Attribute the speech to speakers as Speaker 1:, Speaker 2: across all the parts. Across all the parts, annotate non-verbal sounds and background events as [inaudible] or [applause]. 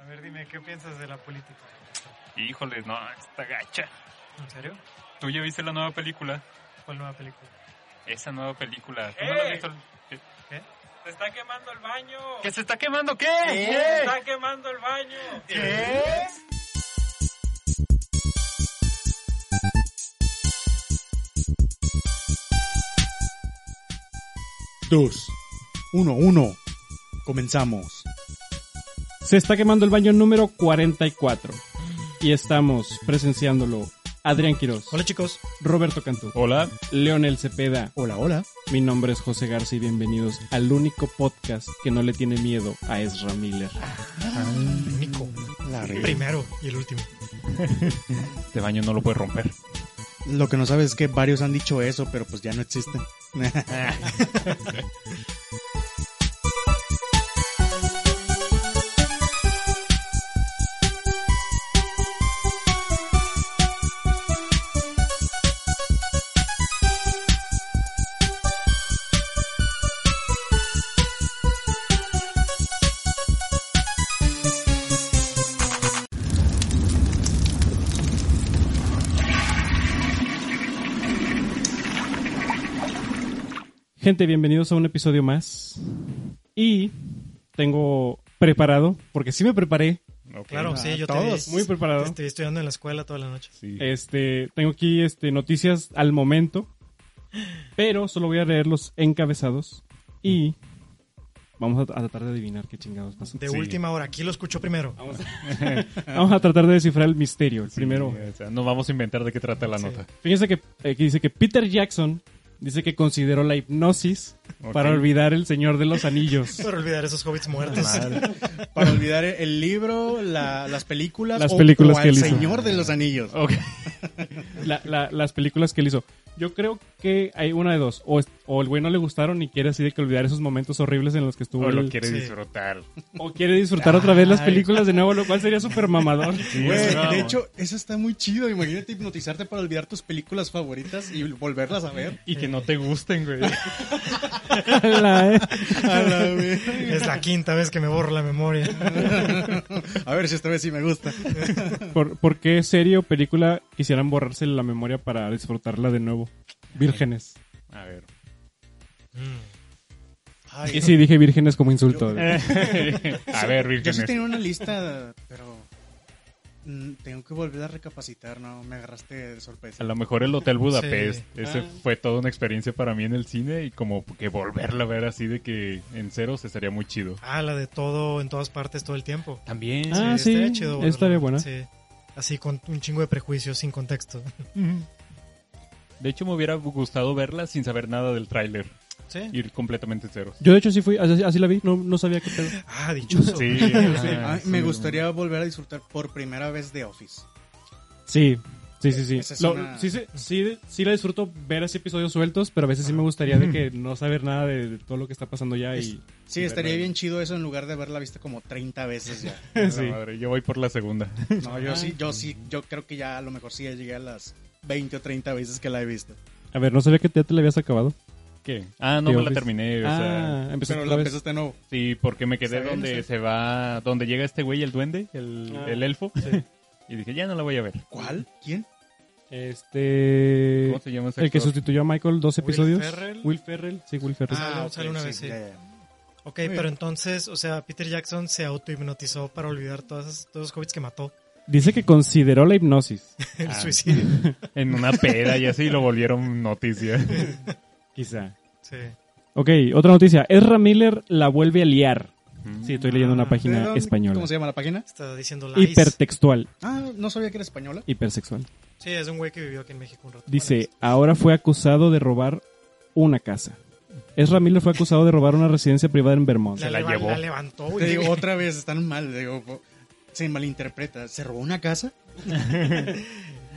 Speaker 1: A ver, dime, ¿qué piensas de la política?
Speaker 2: Híjole, no, está gacha.
Speaker 1: ¿En serio?
Speaker 2: ¿Tú ya viste la nueva película?
Speaker 1: ¿Cuál nueva película?
Speaker 2: Esa nueva película. ¿Tú no la has
Speaker 3: ¡Eh!
Speaker 2: visto? ¿Qué?
Speaker 1: ¿Qué?
Speaker 3: Se está quemando el baño.
Speaker 2: ¿Que se está quemando? ¿Qué?
Speaker 3: Se Eh, está quemando el baño.
Speaker 4: Dos, uno, uno. Comenzamos.
Speaker 5: Se está quemando el baño número 44. Y estamos presenciándolo. Adrián Quiroz,
Speaker 4: Hola chicos.
Speaker 5: Roberto Cantú,
Speaker 2: Hola.
Speaker 5: Leonel Cepeda.
Speaker 4: Hola, hola.
Speaker 5: Mi nombre es José García y bienvenidos al único podcast que no le tiene miedo a Ezra Miller.
Speaker 1: Nico.
Speaker 4: La
Speaker 1: El
Speaker 4: regué.
Speaker 1: primero y el último.
Speaker 2: Este baño no lo puedes romper.
Speaker 4: Lo que no sabes es que varios han dicho eso, pero pues ya no existen.
Speaker 5: Gente, bienvenidos a un episodio más. Y tengo preparado, porque sí me preparé,
Speaker 1: Claro, sí, yo este
Speaker 4: todos
Speaker 1: te
Speaker 5: muy preparado.
Speaker 1: te estoy estudiando en la escuela toda la noche.
Speaker 5: Este, tengo aquí este, noticias al momento, pero solo voy a leer los encabezados y vamos a, a tratar de adivinar qué chingados pasa.
Speaker 1: De última hora, aquí lo escucho primero.
Speaker 5: Vamos a, vamos a tratar de descifrar el misterio, el primero.
Speaker 6: O sea, no vamos a inventar de qué trata la
Speaker 1: Sí.
Speaker 6: nota.
Speaker 5: Fíjense que, eh, que dice que Peter Jackson dice que consideró la hipnosis para olvidar el Señor de los Anillos.
Speaker 1: Para olvidar esos hobbits muertos.
Speaker 4: [laughs] Para olvidar el libro, la- las películas,
Speaker 5: Las películas
Speaker 4: o
Speaker 5: que
Speaker 4: al
Speaker 5: él hizo.
Speaker 4: Señor de los Anillos.
Speaker 5: La- la- las películas que él hizo. Yo creo que hay una de dos. O, es- o el güey no le gustaron y quiere así de que olvidar esos momentos horribles en los que estuvo.
Speaker 6: O lo
Speaker 5: él.
Speaker 6: quiere
Speaker 1: Sí.
Speaker 6: disfrutar.
Speaker 5: O quiere disfrutar otra vez las películas de nuevo, lo cual sería súper mamador.
Speaker 4: Güey,
Speaker 6: sí, vamos.
Speaker 4: de hecho, eso está muy chido. Imagínate hipnotizarte para olvidar tus películas favoritas y volverlas a ver.
Speaker 5: [laughs]
Speaker 6: Y que no te gusten, güey.
Speaker 5: La- eh.
Speaker 4: A, la ver-
Speaker 1: [laughs] Es la quinta vez que me borro la memoria.
Speaker 4: [laughs] a ver si esta vez sí me gusta.
Speaker 5: ¿Por, por qué serie o película quisieran borrarse la memoria para disfrutarla de nuevo? Vírgenes.
Speaker 6: A ver. [laughs]
Speaker 1: Mm.
Speaker 4: Ay,
Speaker 5: Y sí, dije vírgenes como insulto.
Speaker 6: A ver,
Speaker 4: Yo sí
Speaker 6: vírgenes.
Speaker 4: tenía una lista, pero mm, tengo que volver a recapacitar, ¿no? Me agarraste de sorpresa.
Speaker 6: A lo mejor el Hotel Budapest.
Speaker 1: Sí.
Speaker 6: Ese
Speaker 5: Ah.
Speaker 6: fue toda una experiencia para mí en el cine. Y como que volverla a ver así de que en cero se estaría muy chido.
Speaker 1: Ah, la de todo, en todas partes, todo el tiempo.
Speaker 6: También.
Speaker 5: Ah, sí,
Speaker 1: estaría chido verla.
Speaker 5: estaría buena.
Speaker 1: Sí. Así con un chingo de prejuicios, sin contexto. [laughs]
Speaker 6: De hecho, me hubiera gustado verla sin saber nada del tráiler.
Speaker 1: Sí.
Speaker 6: Ir completamente en ceros.
Speaker 5: Yo de hecho sí fui, así, así la vi, no, no sabía qué pedo.
Speaker 1: Ah, dichoso.
Speaker 6: Sí.
Speaker 4: Ay, me gustaría volver a disfrutar por primera vez de Office.
Speaker 5: Sí, sí, sí, sí.
Speaker 4: Esa es
Speaker 5: Lo-
Speaker 4: una-
Speaker 5: sí, sí, sí, sí la disfruto ver así episodios sueltos, pero a veces sí me gustaría de que no saber nada de, de todo lo que está pasando ya y...
Speaker 4: Sí, estaría bien chido eso en lugar de haberla visto como 30 veces ya.
Speaker 6: Sí. Madre, yo voy por la segunda.
Speaker 4: No, yo sí, yo sí, yo creo que ya a lo mejor sí ya llegué a las 20 o 30 veces que la he visto.
Speaker 5: A ver, no sabía que ya te la habías acabado.
Speaker 6: ¿Qué? Ah, no
Speaker 5: The
Speaker 6: me la
Speaker 5: Office.
Speaker 6: terminé. O sea,
Speaker 5: Ah, empezó
Speaker 4: Pero
Speaker 5: otra
Speaker 4: la
Speaker 5: vez.
Speaker 4: empezaste de nuevo.
Speaker 6: Sí, porque me quedé
Speaker 4: Está bien,
Speaker 6: donde
Speaker 4: está bien.
Speaker 6: se va, donde llega este güey, el duende, el,
Speaker 5: Ah.
Speaker 6: el elfo. [laughs] Y dije, ya no la voy a ver.
Speaker 4: ¿Cuál? ¿Quién?
Speaker 5: Este...
Speaker 6: ¿Cómo se llama ese
Speaker 5: El que
Speaker 6: actor?
Speaker 5: sustituyó a Michael dos
Speaker 1: Will
Speaker 5: episodios.
Speaker 1: Ferrell.
Speaker 5: Will Ferrell, sí, Will Ferrell.
Speaker 1: Ah,
Speaker 4: ok,
Speaker 1: sale una
Speaker 4: sí,
Speaker 1: vez, sí.
Speaker 4: ya, ya.
Speaker 1: Ok,
Speaker 4: Muy bien.
Speaker 1: pero entonces, o sea, Peter Jackson se autohipnotizó para olvidar todas esas- todos los hobbits que mató.
Speaker 5: Dice que consideró
Speaker 4: [laughs]
Speaker 5: la hipnosis,
Speaker 1: El
Speaker 6: Ah.
Speaker 1: suicidio.
Speaker 6: En [laughs] una peda y así lo volvieron noticia.
Speaker 5: quizá.
Speaker 1: Sí.
Speaker 5: Ok, otra noticia. Ezra Miller la vuelve a liar. Sí, estoy leyendo
Speaker 1: Ah,
Speaker 5: una
Speaker 4: Mm. ¿De
Speaker 5: página
Speaker 4: dónde-
Speaker 5: española.
Speaker 4: ¿Cómo se llama la página?
Speaker 1: Está diciendo lies.
Speaker 5: Hipertextual,
Speaker 4: Ah, no sabía que era española.
Speaker 5: hipersexual.
Speaker 1: Sí, es un güey que vivió aquí en México un rato.
Speaker 5: Dice, ahora fue acusado de robar una casa. Ezra Miller fue acusado de robar una residencia privada en Vermont.
Speaker 1: La,
Speaker 6: la
Speaker 1: leva-
Speaker 6: llevó.
Speaker 1: la levantó,
Speaker 4: Te
Speaker 1: güey. [laughs]
Speaker 4: digo otra vez, están mal. Digo, po- se malinterpreta. ¿Se robó una casa?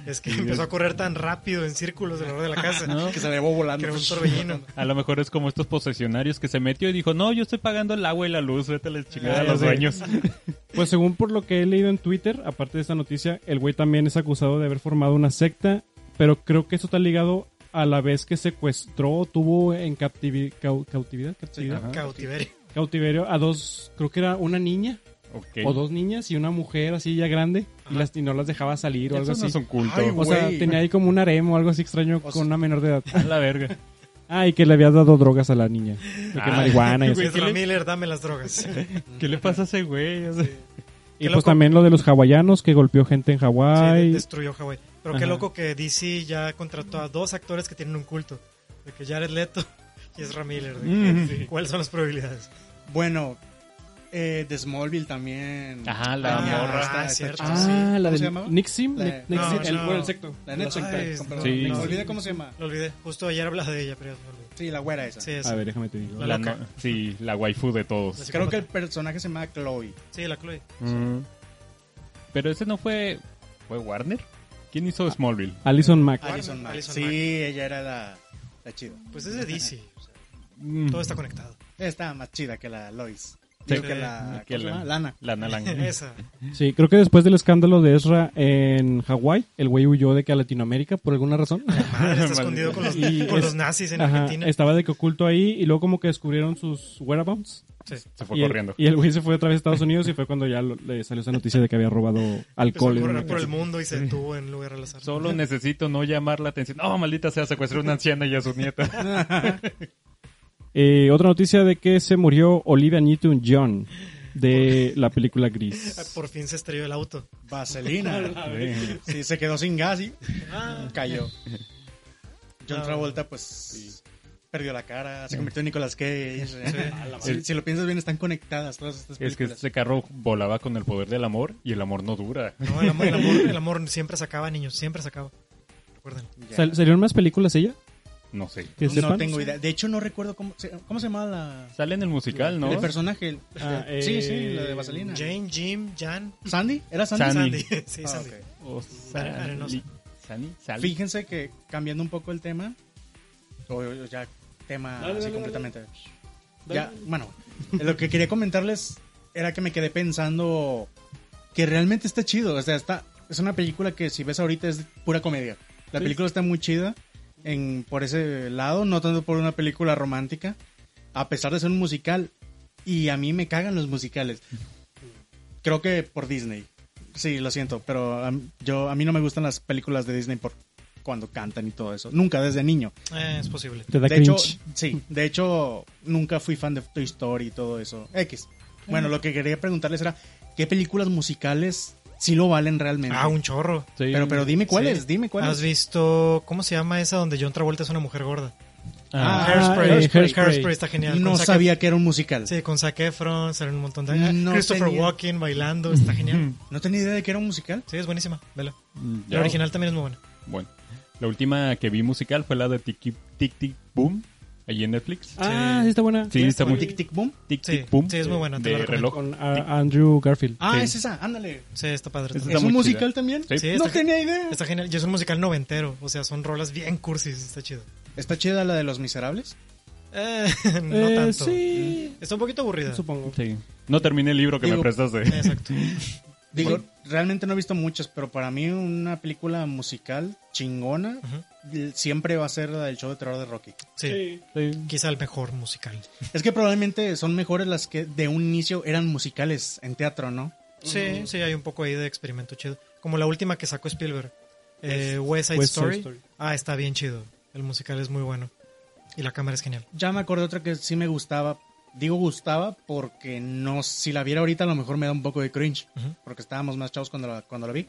Speaker 1: Es que empezó a correr tan rápido en círculos alrededor de la
Speaker 4: [laughs]
Speaker 1: casa.
Speaker 4: Que se la llevó
Speaker 1: Que
Speaker 4: volando.
Speaker 1: era
Speaker 4: [laughs]
Speaker 1: un torbellino.
Speaker 6: A lo mejor es como estos posesionarios que se metió y dijo, no, yo estoy pagando el agua y la luz, vete a la chingada
Speaker 5: Ah,
Speaker 6: a
Speaker 5: ya
Speaker 6: los
Speaker 5: sé.
Speaker 6: dueños.
Speaker 5: Pues según por lo que he leído en Twitter, aparte de esta noticia, el güey también es acusado de haber formado una secta, pero creo que esto está ligado a la vez que secuestró o tuvo en captivi- cau- cautividad, cautividad,
Speaker 6: Ajá.
Speaker 1: Cautiverio.
Speaker 5: cautiverio a dos, creo que era una niña
Speaker 6: Ok.
Speaker 5: o dos niñas y una mujer así ya grande y, las, y no las dejaba salir o
Speaker 6: [laughs] Eso
Speaker 5: algo así.
Speaker 6: no es un culto.
Speaker 4: Ay,
Speaker 5: O sea,
Speaker 4: güey.
Speaker 5: tenía ahí como un harem o algo así extraño
Speaker 4: sea-
Speaker 5: con una menor de edad.
Speaker 6: A la verga.
Speaker 5: Ah, y que le había dado drogas a la niña. De que
Speaker 6: Ah.
Speaker 5: marihuana y así.
Speaker 6: Güey, ¿qué
Speaker 1: Ezra
Speaker 6: le-
Speaker 1: Miller, dame las drogas.
Speaker 6: [laughs] ¿Qué le pasa a ese güey? O sea,
Speaker 5: Y
Speaker 1: Qué
Speaker 5: pues
Speaker 1: loco.
Speaker 5: también lo de los hawaianos que golpeó gente en
Speaker 1: Sí, de-
Speaker 5: Hawái.
Speaker 1: destruyó Hawái. Pero qué
Speaker 5: Ajá.
Speaker 1: loco que DC ya contrató a dos actores que tienen un culto. De que Jared Leto [laughs] y Ezra Miller. de que,
Speaker 6: Mm.
Speaker 1: sí, ¿Cuáles son las probabilidades?
Speaker 4: Bueno, eh, de Smallville también.
Speaker 6: Ajá, la
Speaker 4: Tenía-
Speaker 6: morra.
Speaker 4: está-
Speaker 1: Ah,
Speaker 4: está
Speaker 1: cierto,
Speaker 4: chido.
Speaker 1: sí.
Speaker 5: Ah, la
Speaker 4: ¿Cómo se
Speaker 5: de
Speaker 4: llamaba?
Speaker 5: Nixim.
Speaker 4: La-
Speaker 5: Ni- Nixim,
Speaker 1: No,
Speaker 5: el,
Speaker 1: no.
Speaker 5: bueno, el sexto.
Speaker 4: La Net Secta,
Speaker 1: Ay,
Speaker 4: con perdón.
Speaker 6: sí.
Speaker 4: Me
Speaker 6: No.
Speaker 4: olvidé cómo se llama.
Speaker 1: Lo olvidé. Justo ayer hablaba de ella, pero ya me olvidé.
Speaker 4: Sí, la güera esa.
Speaker 1: Sí, esa.
Speaker 5: A ver, déjame te digo.
Speaker 1: La
Speaker 6: La
Speaker 1: loca.
Speaker 6: no- sí, la waifu de todos.
Speaker 1: La
Speaker 4: Creo que el personaje se llama Chloe.
Speaker 1: Sí, la Chloe.
Speaker 6: Mm. Pero ese no fue. ¿Fue Warner? ¿Quién hizo Smallville?
Speaker 5: Allison Mack.
Speaker 1: Ah.
Speaker 4: Alison Mack.
Speaker 1: Alison
Speaker 4: Sí,
Speaker 1: Mack.
Speaker 4: ella era la, la chida.
Speaker 1: Pues
Speaker 4: [laughs]
Speaker 1: es de DC. o sea,
Speaker 6: Mm.
Speaker 1: todo está conectado.
Speaker 4: Estaba más chida que la Lois.
Speaker 6: Sí.
Speaker 4: Digo que la,
Speaker 6: Que
Speaker 4: ¿cómo se
Speaker 6: la-
Speaker 4: llama? Lana.
Speaker 6: Lana
Speaker 1: [laughs]
Speaker 6: Lang.
Speaker 1: Esa.
Speaker 5: Sí, creo que después del escándalo de Ezra en Hawái, el güey huyó de que a Latinoamérica por alguna razón.
Speaker 1: Madre, está escondido con los,
Speaker 5: Y
Speaker 1: con
Speaker 5: es-
Speaker 1: los nazis Ah, en
Speaker 5: Ajá,
Speaker 1: Argentina.
Speaker 5: estaba de que oculto ahí y luego como que descubrieron sus whereabouts.
Speaker 1: Sí.
Speaker 6: Se fue
Speaker 5: y el-
Speaker 6: corriendo.
Speaker 5: y el güey se fue otra vez a Estados Unidos y fue cuando ya lo- le salió esa noticia de que había robado
Speaker 1: Empezó
Speaker 5: alcohol.
Speaker 1: a
Speaker 5: en
Speaker 1: correr
Speaker 5: una
Speaker 1: Pues por el
Speaker 5: casa.
Speaker 1: mundo y se detuvo en lugar al azar.
Speaker 6: Solo necesito no llamar la atención. Oh, maldita sea, secuestré a una anciana y a su nieta.
Speaker 5: Eh, otra noticia de que se murió Olivia Newton-John de la película Gris.
Speaker 1: Por fin se estrelló el auto.
Speaker 4: Vaselina.
Speaker 6: Sí.
Speaker 4: sí, se quedó sin gas y cayó. John
Speaker 1: Ah.
Speaker 4: Travolta, pues, perdió la cara, se convirtió en Nicolas Cage.
Speaker 6: madre.
Speaker 4: Si, si lo piensas bien, están conectadas todas estas
Speaker 6: Es que
Speaker 4: películas.
Speaker 6: ese carro volaba con el poder del amor y el amor no dura.
Speaker 1: No, el amor, el amor, el amor siempre se acaba, niños. Siempre se acaba. Recuerden.
Speaker 4: Ya.
Speaker 5: [laughs] Sal- ¿Salieron más películas ella?
Speaker 6: No sé.
Speaker 5: Que
Speaker 4: No
Speaker 5: sepan.
Speaker 4: tengo idea. De hecho, no recuerdo cómo se, cómo se llamaba la,
Speaker 6: Sale en el musical, ¿no?
Speaker 4: el personaje. el-
Speaker 5: Ah,
Speaker 4: sí,
Speaker 5: eh,
Speaker 4: sí, la de Vaselina.
Speaker 1: Jane, Jim, Jan, [laughs]
Speaker 4: ¿Sandy? ¿Era Sandy?
Speaker 6: Sandy.
Speaker 1: Sandy. Sí,
Speaker 4: Ah,
Speaker 1: Sandy.
Speaker 4: ok.
Speaker 6: O
Speaker 1: Sale Arenosa.
Speaker 6: Sally. Sally, Sally.
Speaker 4: Fíjense que cambiando un poco el tema, o o ya tema
Speaker 5: Dale,
Speaker 4: así
Speaker 5: dale,
Speaker 4: completamente. Ya, bueno, lo que quería comentarles era que me quedé pensando que realmente está chido. O sea, está, es una película que si ves ahorita es pura comedia. La película está muy chida en, por ese lado, no tanto por una película romántica, a pesar de ser un musical. Y a mí me cagan los musicales. Creo que por Disney. Sí, lo siento, pero a, m- yo, a mí no me gustan las películas de Disney por cuando cantan y todo eso. Nunca, desde niño.
Speaker 1: Eh, es posible.
Speaker 5: Te da
Speaker 4: De hecho,
Speaker 5: cringe.
Speaker 4: sí, de hecho, nunca fui fan de Toy Story y todo eso. X. Bueno, lo que quería preguntarles era, ¿qué películas musicales sí lo valen realmente?
Speaker 1: Ah, un Ah, chorro.
Speaker 6: Sí.
Speaker 4: Pero, pero dime cuáles, dime
Speaker 1: ¿Has
Speaker 4: cuáles.
Speaker 1: visto cómo se llama esa donde John Travolta es una mujer gorda?
Speaker 4: Ah,
Speaker 1: Hairspray.
Speaker 4: eh,
Speaker 1: Hairspray.
Speaker 5: Hairspray.
Speaker 1: Hairspray está genial.
Speaker 4: No
Speaker 1: Con Zac-
Speaker 4: sabía que era un musical.
Speaker 1: Sí, con Zac Efron, salen un montón de...
Speaker 4: No
Speaker 1: Christopher
Speaker 4: tenía-
Speaker 1: Walken bailando, está genial.
Speaker 4: No tenía idea de que era un musical.
Speaker 1: Sí, es buenísima, vela.
Speaker 6: Mm, Ya.
Speaker 1: La original también es muy buena.
Speaker 6: Bueno, la última que vi musical fue la de Tic Tic- Tic Tic Boom, allí en Netflix.
Speaker 5: Ah, sí está buena.
Speaker 6: Sí, está muy
Speaker 4: Tic Tic Boom.
Speaker 6: Tic
Speaker 1: Sí,
Speaker 6: Tic Boom. eh,
Speaker 1: sí, es muy buena, te
Speaker 6: De
Speaker 1: la recomiendo.
Speaker 6: reloj.
Speaker 5: Con a- Andrew Garfield.
Speaker 4: Ah,
Speaker 6: Sí.
Speaker 4: es esa, ándale.
Speaker 1: Sí, está padre.
Speaker 6: Esa
Speaker 1: también.
Speaker 6: está
Speaker 4: ¿Es
Speaker 6: muy
Speaker 4: un
Speaker 6: chida.
Speaker 4: musical también?
Speaker 6: Sí.
Speaker 1: Sí,
Speaker 4: No
Speaker 1: está,
Speaker 4: tenía idea.
Speaker 5: Eh,
Speaker 1: está genial. Y es un musical noventero. O sea, son rolas bien cursis. Está chido.
Speaker 4: ¿Está chida la de Los Miserables?
Speaker 1: Eh, [laughs] no
Speaker 5: Eh,
Speaker 1: tanto.
Speaker 5: Sí,
Speaker 1: Está un poquito
Speaker 4: Mm.
Speaker 1: aburrida.
Speaker 5: supongo.
Speaker 6: Sí. No terminé el libro que me
Speaker 4: Digo-
Speaker 6: prestaste.
Speaker 1: Exacto.
Speaker 4: Digo, realmente no he visto muchas, pero para mí una película musical chingona siempre va a ser la del show de terror de Rocky.
Speaker 1: Sí.
Speaker 6: Sí.
Speaker 1: Quizá el mejor musical.
Speaker 4: Es que probablemente son mejores las que de un inicio eran musicales en teatro, ¿no?
Speaker 1: Sí, Mm. sí, hay un poco ahí de experimento chido. Como la última que sacó Spielberg, eh, West, Side,
Speaker 5: West Side
Speaker 1: Story.
Speaker 5: Story.
Speaker 1: Ah, está bien chido. El musical es muy bueno. Y la cámara es genial.
Speaker 4: Ya me acordé otra que sí me gustaba. Digo gustaba porque no, si la viera ahorita a lo mejor me da un poco de cringe,
Speaker 1: Ujú.
Speaker 4: porque estábamos más chavos cuando la, cuando la vi.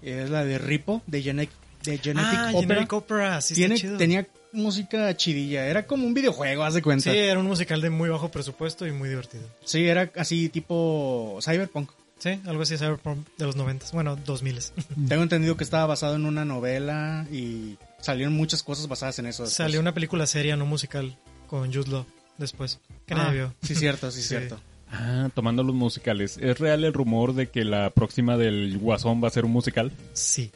Speaker 4: Es la de Ripo, de, Genetic de Genetic
Speaker 1: ah,
Speaker 4: Opera.
Speaker 1: Generic Opera, sí
Speaker 4: Tiene-
Speaker 1: está chido.
Speaker 4: tenía música chidilla, era como un videojuego, haz de
Speaker 1: Sí,
Speaker 4: cuenta. Sí.
Speaker 1: era un musical de muy bajo presupuesto y muy divertido.
Speaker 4: era así tipo cyberpunk.
Speaker 1: Sí, algo así de Cyberpunk de los noventas. Bueno, dos miles.
Speaker 4: Tengo entendido que estaba basado en una novela y salieron muchas cosas basadas en eso. después.
Speaker 1: Salió una película seria, no musical, con Jude Law después. Que
Speaker 4: Ah,
Speaker 1: nadie vio.
Speaker 4: Sí, cierto,
Speaker 1: [laughs]
Speaker 4: sí,
Speaker 1: Sí.
Speaker 4: cierto.
Speaker 6: Ah, tomando los musicales. ¿Es real el rumor de que la próxima del Guasón va a ser un musical?
Speaker 1: Sí.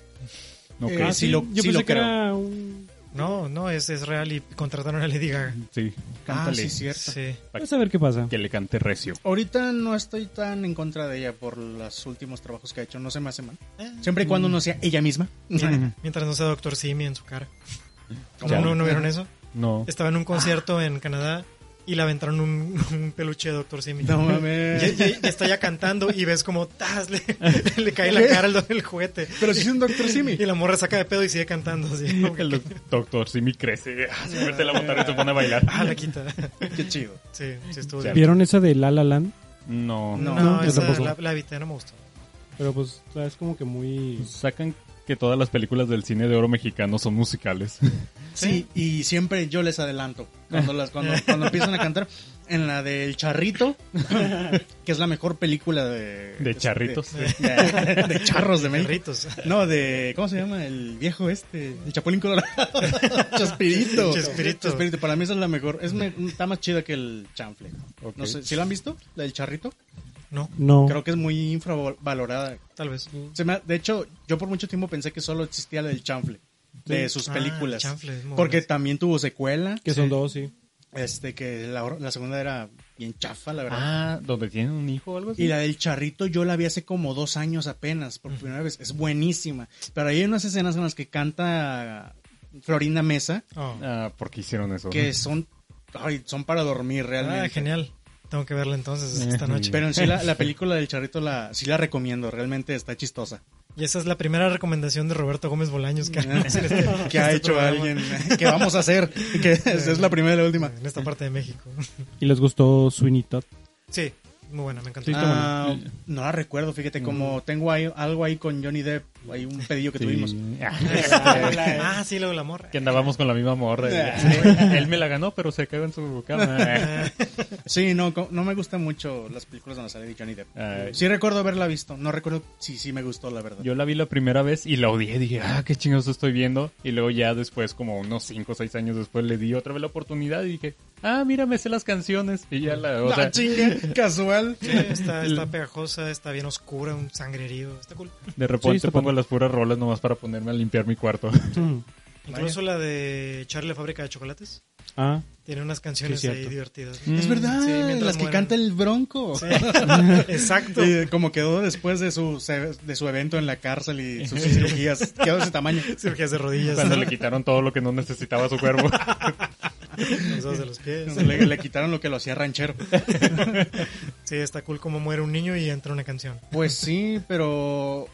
Speaker 6: Ok.
Speaker 4: Eh, sí lo-
Speaker 5: Yo
Speaker 4: sí
Speaker 5: pensé
Speaker 4: lo
Speaker 5: que
Speaker 4: creo.
Speaker 5: era un...
Speaker 1: No, no, es, es real y contrataron a Lady Gaga.
Speaker 6: Sí,
Speaker 4: Ah,
Speaker 6: cántale.
Speaker 4: sí, cierto.
Speaker 1: Sí.
Speaker 5: Pues a ver qué pasa.
Speaker 6: Que le cante recio.
Speaker 4: Ahorita no estoy tan en contra de ella por los últimos trabajos que ha hecho. No se me hace mal. Siempre y cuando no sea ella misma.
Speaker 1: Mientras no sea Doctor Simi en su cara.
Speaker 6: Ya.
Speaker 1: ¿No, no, no vieron eso?
Speaker 6: No.
Speaker 1: Estaba en un concierto en Canadá y le aventaron un, [laughs] un peluche de Doctor Simi.
Speaker 4: No
Speaker 1: Y,
Speaker 4: mames.
Speaker 1: y- y está ya cantando y ves como ¡tas! Le, [laughs] le cae en la cara el, el juguete.
Speaker 4: Pero si es un
Speaker 1: [laughs]
Speaker 4: Dr. Simi.
Speaker 1: Y la morra saca de pedo y sigue cantando. Así, como que-
Speaker 6: El doctor Simi crece. [laughs] Ah, Se mete la botarga y se pone a bailar.
Speaker 1: ah, la quita. [laughs]
Speaker 4: Qué chido.
Speaker 1: Sí, sí estuvo
Speaker 6: Ya.
Speaker 1: bien.
Speaker 5: ¿Vieron esa de La La Land?
Speaker 6: No.
Speaker 4: No.
Speaker 1: No,
Speaker 5: yo
Speaker 1: esa
Speaker 5: tampoco.
Speaker 1: la, la evité, no me gustó.
Speaker 5: Pero pues o sea, es como que muy...
Speaker 6: Sacan que todas las películas del cine de oro mexicano son musicales. [laughs]
Speaker 4: Sí, y siempre yo les adelanto cuando, las, cuando, cuando empiezan a cantar en la del Charrito, que es la mejor película de...
Speaker 6: De charritos.
Speaker 4: De, de- de charros de México.
Speaker 1: Perritos.
Speaker 4: No, de... ¿Cómo se llama? El viejo este, el Chapulín Colorado. [laughs] Chespirito.
Speaker 1: Chespirito.
Speaker 4: Chespirito. Para mí esa es la mejor. Es, me- está más chida que el chanfle.
Speaker 6: Ok.
Speaker 4: No sé, ¿sí la han visto? La del Charrito.
Speaker 1: [laughs] No,
Speaker 5: No.
Speaker 4: Creo que es muy infravalorada.
Speaker 1: tal vez.
Speaker 4: Se me ha- de hecho, yo por mucho tiempo pensé que solo existía la del chanfle. De sus
Speaker 1: Ah,
Speaker 4: películas.
Speaker 1: chanfle, es muy
Speaker 4: porque
Speaker 1: buena.
Speaker 4: también tuvo secuela.
Speaker 5: Que son dos, sí.
Speaker 4: Este, que la, or- la segunda era bien chafa, la verdad.
Speaker 6: Ah, donde tienen un hijo o algo así.
Speaker 4: Y la del charrito yo la vi hace como dos años apenas, por primera vez. Es buenísima. Pero hay unas escenas en las que canta Florinda Mesa
Speaker 1: Oh.
Speaker 6: Ah, ¿por qué hicieron eso?
Speaker 4: que son, ay, son para dormir realmente.
Speaker 1: Ah, genial. Tengo que verla entonces esta noche.
Speaker 4: Pero en sí la, la película del charrito la, sí la recomiendo, realmente está chistosa.
Speaker 1: Y esa es la primera recomendación de Roberto Gómez Bolaños
Speaker 4: [laughs]
Speaker 1: que, haremos en este-
Speaker 4: Ah, que ha
Speaker 1: este
Speaker 4: hecho
Speaker 1: programa,
Speaker 4: alguien? [laughs] que vamos a hacer? Que esa es la primera y la última.
Speaker 1: En esta parte de México. [laughs]
Speaker 5: Y les gustó Sweeney Todd.
Speaker 1: Sí, muy buena, me encantó.
Speaker 5: Sí, está
Speaker 4: Ah, no la recuerdo, fíjate, como tengo ahí- algo ahí con Johnny Depp, hay un pedillo que tuvimos.
Speaker 6: Sí. Ah,
Speaker 1: [laughs] Ah, sí, lo del amor.
Speaker 6: que andábamos con la misma morra.
Speaker 4: Sí.
Speaker 6: [laughs] Él me la ganó, pero se cagó en su
Speaker 4: [laughs]
Speaker 6: cama.
Speaker 4: Sí, no, co- no me gustan mucho las películas donde sale Johnny Depp.
Speaker 6: Ay,
Speaker 4: Sí recuerdo haberla visto, no recuerdo si sí me gustó, la verdad.
Speaker 6: Ah, Yo la vi la primera vez y la odié. Dije, ah, qué chingoso estoy viendo. Y luego ya después, como unos 5 o 6 años después, le di otra vez la oportunidad y dije, ah, mira, me sé las canciones. Y ya la... O
Speaker 4: ¡Ah,
Speaker 1: [laughs]
Speaker 6: sea,
Speaker 4: chingue! casual.
Speaker 1: Sí, está,
Speaker 4: [laughs]
Speaker 1: está pegajosa, está bien oscura, un sangrerío. Está cool.
Speaker 6: de
Speaker 5: Sí,
Speaker 6: repente
Speaker 5: está
Speaker 6: pongo
Speaker 5: padre.
Speaker 6: las puras rolas nomás para ponerme a limpiar mi cuarto.
Speaker 4: Mm.
Speaker 1: Incluso la de Charlie la fábrica de chocolates.
Speaker 5: Ah,
Speaker 1: Tiene unas canciones
Speaker 5: Sí, cierto.
Speaker 1: ahí divertidas.
Speaker 4: Mm. Es verdad,
Speaker 1: Mm, Sí, mientras
Speaker 4: las que
Speaker 1: mueren.
Speaker 4: canta el bronco.
Speaker 1: Sí, Exacto.
Speaker 4: Eh, como quedó después de su, se- de su evento en la cárcel y
Speaker 1: [laughs]
Speaker 4: sus cirugías. Quedó de ese tamaño.
Speaker 1: Cirugías de rodillas,
Speaker 6: Cuando le quitaron todo lo que no necesitaba su cuerpo.
Speaker 1: los dedos de los pies.
Speaker 4: Le, le quitaron lo que lo hacía ranchero.
Speaker 1: Sí, está cool como muere un niño y entra una canción.
Speaker 4: Pues sí, pero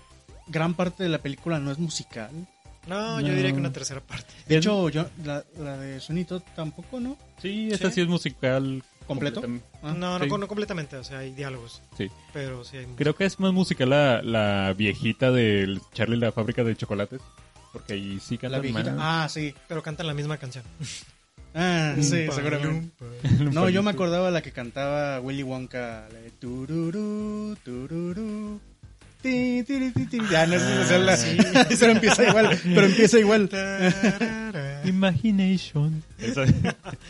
Speaker 4: gran parte de la película no es musical.
Speaker 1: No, yo diría que una tercera parte.
Speaker 4: De hecho, yo, la, la de Sunito tampoco, ¿no?
Speaker 6: Sí, esta sí,
Speaker 1: Sí.
Speaker 6: es musical.
Speaker 4: ¿Completo?
Speaker 6: completam-
Speaker 4: Ah,
Speaker 1: no, no,
Speaker 6: sí.
Speaker 1: no completamente, o sea, hay diálogos.
Speaker 6: Sí.
Speaker 1: Pero sí hay
Speaker 6: Creo que es más musical la, la viejita del Charlie y la fábrica de chocolates. Porque ahí sí
Speaker 4: La
Speaker 6: cantan
Speaker 4: viejita.
Speaker 6: más.
Speaker 4: Ah, sí.
Speaker 1: Pero cantan la misma canción.
Speaker 4: Ah, sí,
Speaker 1: Lumpa,
Speaker 4: seguramente.
Speaker 1: lumpa.
Speaker 4: [laughs] No, yo me acordaba la que cantaba Willy Wonka. La de tururú, tururú. Ti, ti, ti, ti, ti. Ya no sé si es la. [laughs] Pero empieza igual. Pero empieza igual. ah.
Speaker 1: Tarara.
Speaker 6: Imagination. Esa-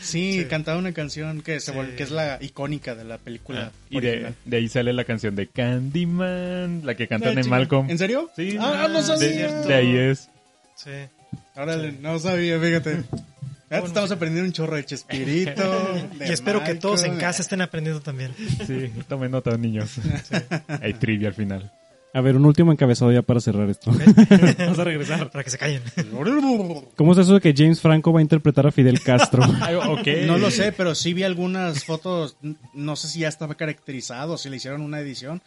Speaker 4: Sí,
Speaker 1: Sí.
Speaker 4: cantaba una canción que, se vol-
Speaker 1: Sí.
Speaker 4: que es la icónica de la película.
Speaker 6: [laughs] y de,
Speaker 4: original.
Speaker 6: de ahí sale la canción de Candyman, la que
Speaker 4: Ah,
Speaker 6: cantan en
Speaker 4: chinga.
Speaker 6: Malcolm.
Speaker 4: ¿En serio?
Speaker 6: Sí.
Speaker 4: Ah, no sabía.
Speaker 6: de,
Speaker 1: cierto.
Speaker 6: de ahí es.
Speaker 1: Sí.
Speaker 4: Órale, no sabía, fíjate. Ya te
Speaker 1: Bueno,
Speaker 4: estamos
Speaker 1: sí.
Speaker 4: aprendiendo un chorro de Chespirito. de
Speaker 1: Y espero que todos en
Speaker 4: Malcolm. [laughs]
Speaker 1: casa estén aprendiendo también.
Speaker 6: Sí, tomen nota, niños. Hay trivia al final.
Speaker 5: a ver, un último encabezado ya para cerrar esto.
Speaker 1: Vamos a
Speaker 6: [laughs]
Speaker 1: regresar. Para que se callen.
Speaker 5: [laughs] ¿Cómo es eso de que James Franco va a interpretar a Fidel Castro?
Speaker 4: No
Speaker 6: Eh.
Speaker 4: lo sé, pero sí vi algunas fotos. n- No sé si ya estaba caracterizado, si le hicieron una edición.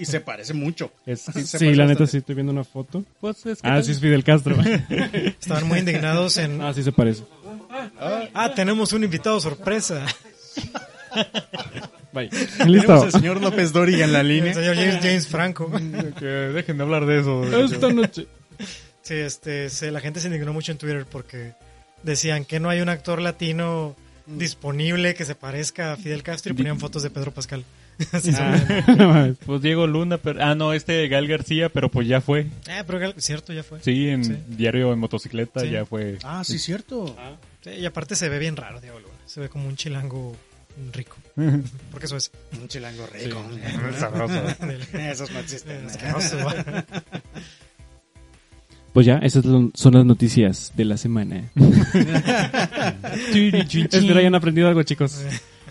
Speaker 4: Y se
Speaker 1: [laughs]
Speaker 4: parece mucho.
Speaker 6: Es-
Speaker 4: Se
Speaker 5: sí,
Speaker 4: parece
Speaker 5: la neta
Speaker 4: bastante.
Speaker 5: sí, estoy viendo una foto.
Speaker 6: Pues es que
Speaker 5: Ah, sí es Fidel Castro.
Speaker 1: Estaban muy indignados en...
Speaker 5: [laughs] Ah, sí se parece.
Speaker 1: Ah, tenemos un invitado sorpresa.
Speaker 5: Bye.
Speaker 4: Tenemos
Speaker 5: Listo.
Speaker 4: al señor López Dori en la
Speaker 1: El
Speaker 4: línea.
Speaker 1: señor James, James Franco.
Speaker 6: que dejen de hablar de eso.
Speaker 5: Esta noche.
Speaker 6: [laughs]
Speaker 1: Sí, este, se- la gente se indignó mucho en Twitter porque decían que no hay un actor latino
Speaker 4: Mm.
Speaker 1: disponible que se parezca a Fidel Castro y ponían fotos de Pedro Pascal. [laughs]
Speaker 4: Ah.
Speaker 1: Así se veían.
Speaker 6: Pues Diego Luna, pero, ah, no, este Gal García, pero pues ya fue.
Speaker 1: Ah, pero gal- Eh, cierto, ya fue.
Speaker 6: Sí, en
Speaker 1: Sí.
Speaker 6: diario en motocicleta
Speaker 1: Sí. Ah,
Speaker 6: ya fue.
Speaker 4: Ah, sí, cierto.
Speaker 1: Sí, y aparte se ve bien raro Diego Luna. Se ve como un chilango
Speaker 6: [laughs]
Speaker 1: rico. Porque eso es.
Speaker 4: Un chilango rico. [laughs]
Speaker 1: [laughs]
Speaker 6: Sabroso.
Speaker 4: Esos no existen.
Speaker 1: Asqueroso,
Speaker 4: [laughs]
Speaker 1: va.
Speaker 5: Pues ya, esas lo- son las noticias de la [laughs] semana. Espero hayan aprendido algo, chicos.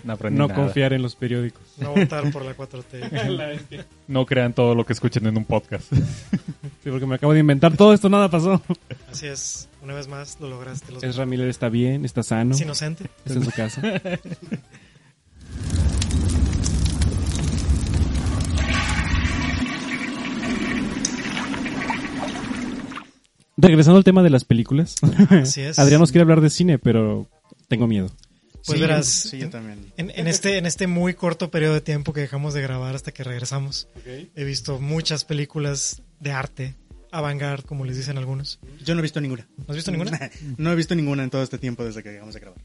Speaker 6: No aprendí
Speaker 5: No
Speaker 6: nada.
Speaker 5: confiar en los periódicos.
Speaker 1: No votar por la 4T.
Speaker 6: No crean todo lo que escuchen en un podcast. [laughs]
Speaker 5: Sí, porque me acabo de inventar todo esto, nada pasó.
Speaker 1: Así es. Una vez más lo lograste. Los...
Speaker 5: Ezra Miller está bien, está sano,
Speaker 1: Es
Speaker 5: está
Speaker 1: inocente.
Speaker 5: en su casa. Regresando al tema de las películas, [laughs]
Speaker 1: Así es.
Speaker 5: Adrián nos quiere hablar de cine, pero tengo miedo.
Speaker 1: Pues
Speaker 4: Sí,
Speaker 1: verás.
Speaker 4: Sí, yo también.
Speaker 1: En, en este, en este muy corto periodo de tiempo que dejamos de grabar hasta que regresamos, he visto muchas películas de arte, avant-garde, como les dicen algunos.
Speaker 4: Yo no he visto ninguna.
Speaker 1: ¿No has visto ninguna?
Speaker 4: [laughs] No he visto ninguna en todo este tiempo desde que llegamos a grabar.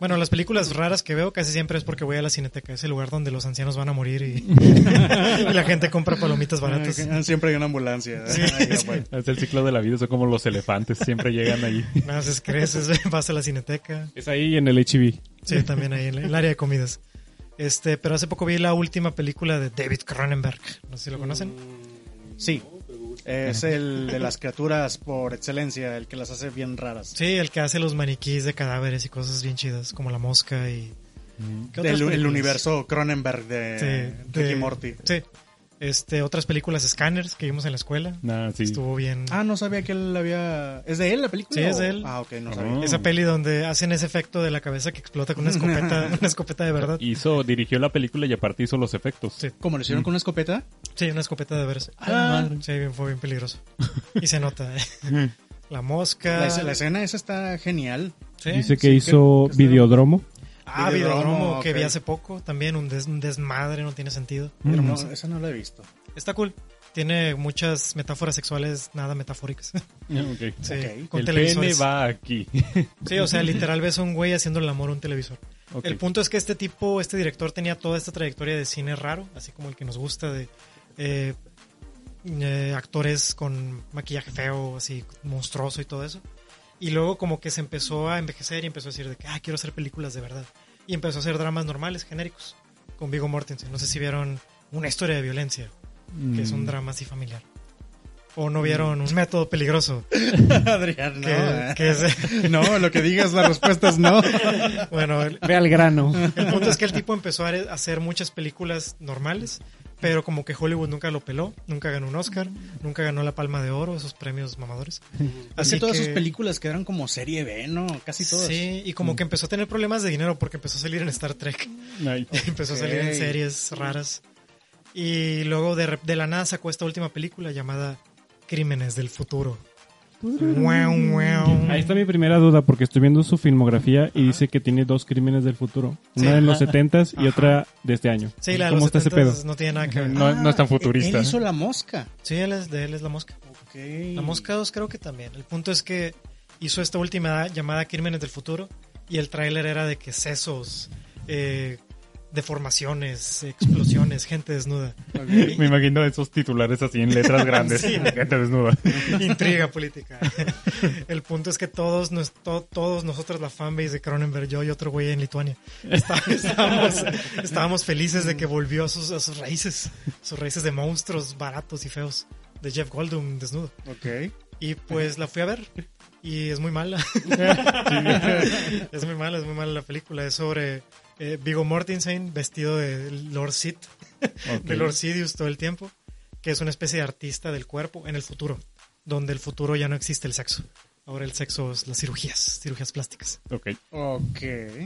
Speaker 1: Bueno, las películas raras que veo casi siempre es porque voy a la cineteca, ese lugar donde los ancianos van a morir y, y la gente compra palomitas baratas.
Speaker 4: Ah, Siempre hay una ambulancia. [laughs]
Speaker 1: Sí.
Speaker 4: Ay, ya, bueno.
Speaker 6: Es el ciclo de la vida, son como los elefantes, siempre llegan ahí. [laughs]
Speaker 1: Nada, haces creces, [laughs] vas a la cineteca.
Speaker 5: Es ahí en el HIV.
Speaker 1: Sí, también ahí en el área de comidas. Este, pero hace poco vi la última película de David Cronenberg. No sé si lo conocen.
Speaker 4: Sí. Es el de las criaturas por excelencia, el que las hace bien raras.
Speaker 1: Sí, el que hace los maniquís de cadáveres y cosas bien chidas, como la mosca y... ¿Qué otras
Speaker 4: Mm. Del- el
Speaker 1: películas?
Speaker 4: universo Cronenberg de,
Speaker 1: Sí,
Speaker 4: Ricky
Speaker 1: de-
Speaker 4: Morty.
Speaker 1: Sí. Este, otras películas, Scanners, que vimos en la escuela.
Speaker 6: Nah, sí.
Speaker 1: Estuvo bien.
Speaker 4: Ah, no sabía que él había... ¿Es de él la película?
Speaker 1: Sí, es
Speaker 4: o-
Speaker 1: de él.
Speaker 4: Ah, ok, no
Speaker 6: Ah.
Speaker 4: sabía.
Speaker 1: Esa peli donde hacen ese efecto de la cabeza que explota con una
Speaker 4: [laughs]
Speaker 1: escopeta, una escopeta de verdad.
Speaker 6: Hizo, dirigió la película y aparte hizo los efectos.
Speaker 1: Sí.
Speaker 4: Como lo hicieron con una escopeta. Ah,
Speaker 1: Sí, una escopeta de veras. Sí, bien, fue bien
Speaker 4: [laughs]
Speaker 1: peligroso. Y se nota. ¿eh? La mosca.
Speaker 4: La, la escena esa está genial.
Speaker 1: Sí.
Speaker 5: Dice que
Speaker 4: sí,
Speaker 5: hizo
Speaker 4: que- que
Speaker 5: Videodromo.
Speaker 1: Ah,
Speaker 4: Videodromo,
Speaker 1: Videodromo, que
Speaker 4: ok.
Speaker 1: vi hace poco también. Un, des- un desmadre, no tiene sentido.
Speaker 4: Pero no, esa no la he visto. [laughs]
Speaker 1: Está cool. Tiene muchas metáforas sexuales nada metafóricas.
Speaker 6: [laughs]
Speaker 1: [laughs]
Speaker 6: Ok.
Speaker 1: Sí,
Speaker 4: Ok.
Speaker 1: con
Speaker 6: el pene
Speaker 1: televisores.
Speaker 6: va
Speaker 1: [laughs]
Speaker 6: aquí.
Speaker 1: Sí,
Speaker 6: [laughs]
Speaker 1: o sea, literal ves a un güey haciendo el amor a un televisor.
Speaker 6: Ok.
Speaker 1: El punto es que este tipo, este director tenía toda esta trayectoria de cine raro, así como el que nos gusta de eh, eh, actores con maquillaje feo, así monstruoso y todo eso. Y luego como que se empezó a envejecer y empezó a decir de que, ah, quiero hacer películas de verdad. Y empezó a hacer dramas normales, genéricos, con Vigo Mortensen. No sé si vieron Una historia de violencia, que es un drama así familiar. O no vieron Un método peligroso,
Speaker 4: Adrián, no.
Speaker 1: que,
Speaker 4: eh.
Speaker 1: que es...
Speaker 4: No, lo que digas, la respuesta
Speaker 1: [laughs]
Speaker 4: es no.
Speaker 1: Bueno, el-
Speaker 5: Ve al grano.
Speaker 1: El punto es que el tipo empezó a are- a hacer muchas películas normales, pero como que Hollywood nunca lo peló, nunca ganó un Oscar, nunca ganó la Palma de Oro, esos premios mamadores.
Speaker 4: Así todas
Speaker 1: que-
Speaker 4: sus películas quedaron como serie B, ¿no? Casi todas.
Speaker 1: Sí, y
Speaker 5: Mm.
Speaker 1: como que empezó a tener problemas de dinero porque empezó a salir en Star Trek, [laughs]
Speaker 6: Ay.
Speaker 1: empezó a salir en
Speaker 4: Ok.
Speaker 1: series raras. Y luego de, rep- de la nada sacó esta última película llamada Crímenes del Futuro. Muau, muau.
Speaker 5: Ahí está mi primera duda, porque estoy viendo su filmografía y dice que tiene dos crímenes del futuro. Una
Speaker 1: Sí.
Speaker 5: de los 70s y otra de este año.
Speaker 1: Sí, la de
Speaker 5: ¿Cómo
Speaker 1: los
Speaker 5: está ese pedo?
Speaker 1: 70s no tiene nada que ver.
Speaker 6: No, no es tan
Speaker 4: Ah,
Speaker 6: futurista. ¿eh?
Speaker 4: Él hizo la mosca.
Speaker 1: Sí, él es, de él es la mosca.
Speaker 4: Ok.
Speaker 1: La Mosca 2 creo que también. El punto es que hizo esta última llamada Crímenes del Futuro y el tráiler era de que sesos, eh, deformaciones, explosiones, gente desnuda,
Speaker 4: Ok.
Speaker 6: Me imagino esos titulares así en
Speaker 1: [laughs]
Speaker 6: letras grandes. [laughs] Gente desnuda.
Speaker 1: intriga política. El punto es que todos, nos- to- todos nosotros, la fanbase de Cronenberg, yo y otro güey en Lituania, está- estábamos, estábamos felices de que volvió a sus, a sus raíces, sus raíces de monstruos baratos y feos, de Jeff Goldblum desnudo.
Speaker 4: Ok.
Speaker 1: Y pues la fui a ver. Y es muy mala. es muy mala, es muy mala la película. Es sobre eh, Vigo Mortensen vestido de Lord Sid, de Lord Sidious todo el tiempo, que es una especie de artista del cuerpo en el futuro, donde el futuro ya no existe el sexo. Ahora el sexo es las cirugías, cirugías plásticas.
Speaker 6: Ok.
Speaker 4: Ok.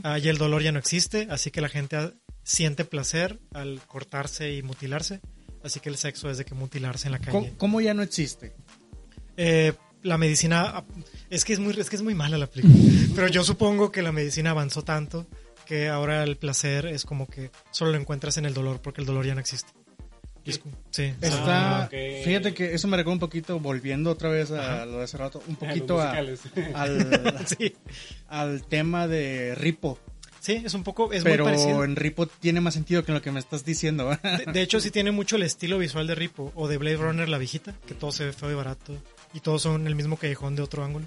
Speaker 1: Ah, y el dolor ya no existe, así que la gente ah, siente placer al cortarse y mutilarse. Así que el sexo es de que mutilarse en la calle.
Speaker 4: ¿Cómo, cómo ya no existe?
Speaker 1: Eh, la medicina es que es muy es que es muy mala la
Speaker 4: [laughs]
Speaker 1: película pero yo supongo que la medicina avanzó tanto que ahora el placer es como que solo lo encuentras en el dolor porque el dolor ya no existe Y es como- sí Ah,
Speaker 4: Está. Fíjate que eso me recuerda un poquito, volviendo otra vez a lo de hace rato,
Speaker 1: [laughs]
Speaker 4: un poquito a- al,
Speaker 1: [laughs] sí
Speaker 4: al tema de Ripo.
Speaker 1: sí es un poco es
Speaker 4: pero
Speaker 1: muy parecido
Speaker 4: en Ripo tiene más sentido que lo que me estás diciendo. [laughs]
Speaker 1: de, de hecho sí tiene mucho el estilo visual de Ripo o de Blade Runner la viejita que todo se ve feo y barato y todos son el mismo callejón de otro ángulo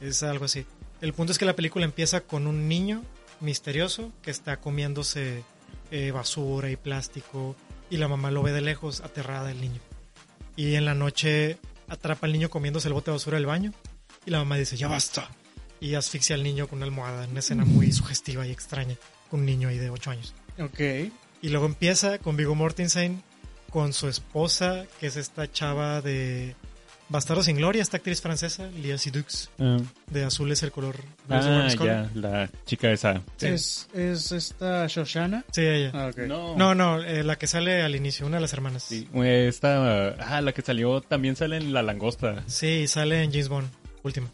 Speaker 1: es algo así El punto es que la película empieza con un niño misterioso que está comiéndose eh, basura y plástico y la mamá lo ve de lejos aterrada del niño. Y en la noche atrapa al niño comiéndose el bote de basura del baño y la mamá dice, ya basta. Y asfixia al niño con una almohada, en una escena muy sugestiva y extraña, con un niño ahí de 8 años.
Speaker 4: Ok.
Speaker 1: Y luego empieza con Vigo Mortensen, con su esposa, que es esta chava de Bastardo sin Gloria, esta actriz francesa, Lia Sidux,
Speaker 6: Ah,
Speaker 1: de Azul es el color. de los
Speaker 6: ah,
Speaker 1: Warner Scott.
Speaker 6: ya, la chica esa.
Speaker 4: Es, es esta Shoshana.
Speaker 1: Sí, ella.
Speaker 4: Ah, ok.
Speaker 6: No,
Speaker 1: No, no, eh, la que sale al inicio, una de las hermanas.
Speaker 6: Sí, eh,
Speaker 1: Sí,
Speaker 6: esta, ah, la que salió también sale en La Langosta.
Speaker 1: y sale en James Bond, última.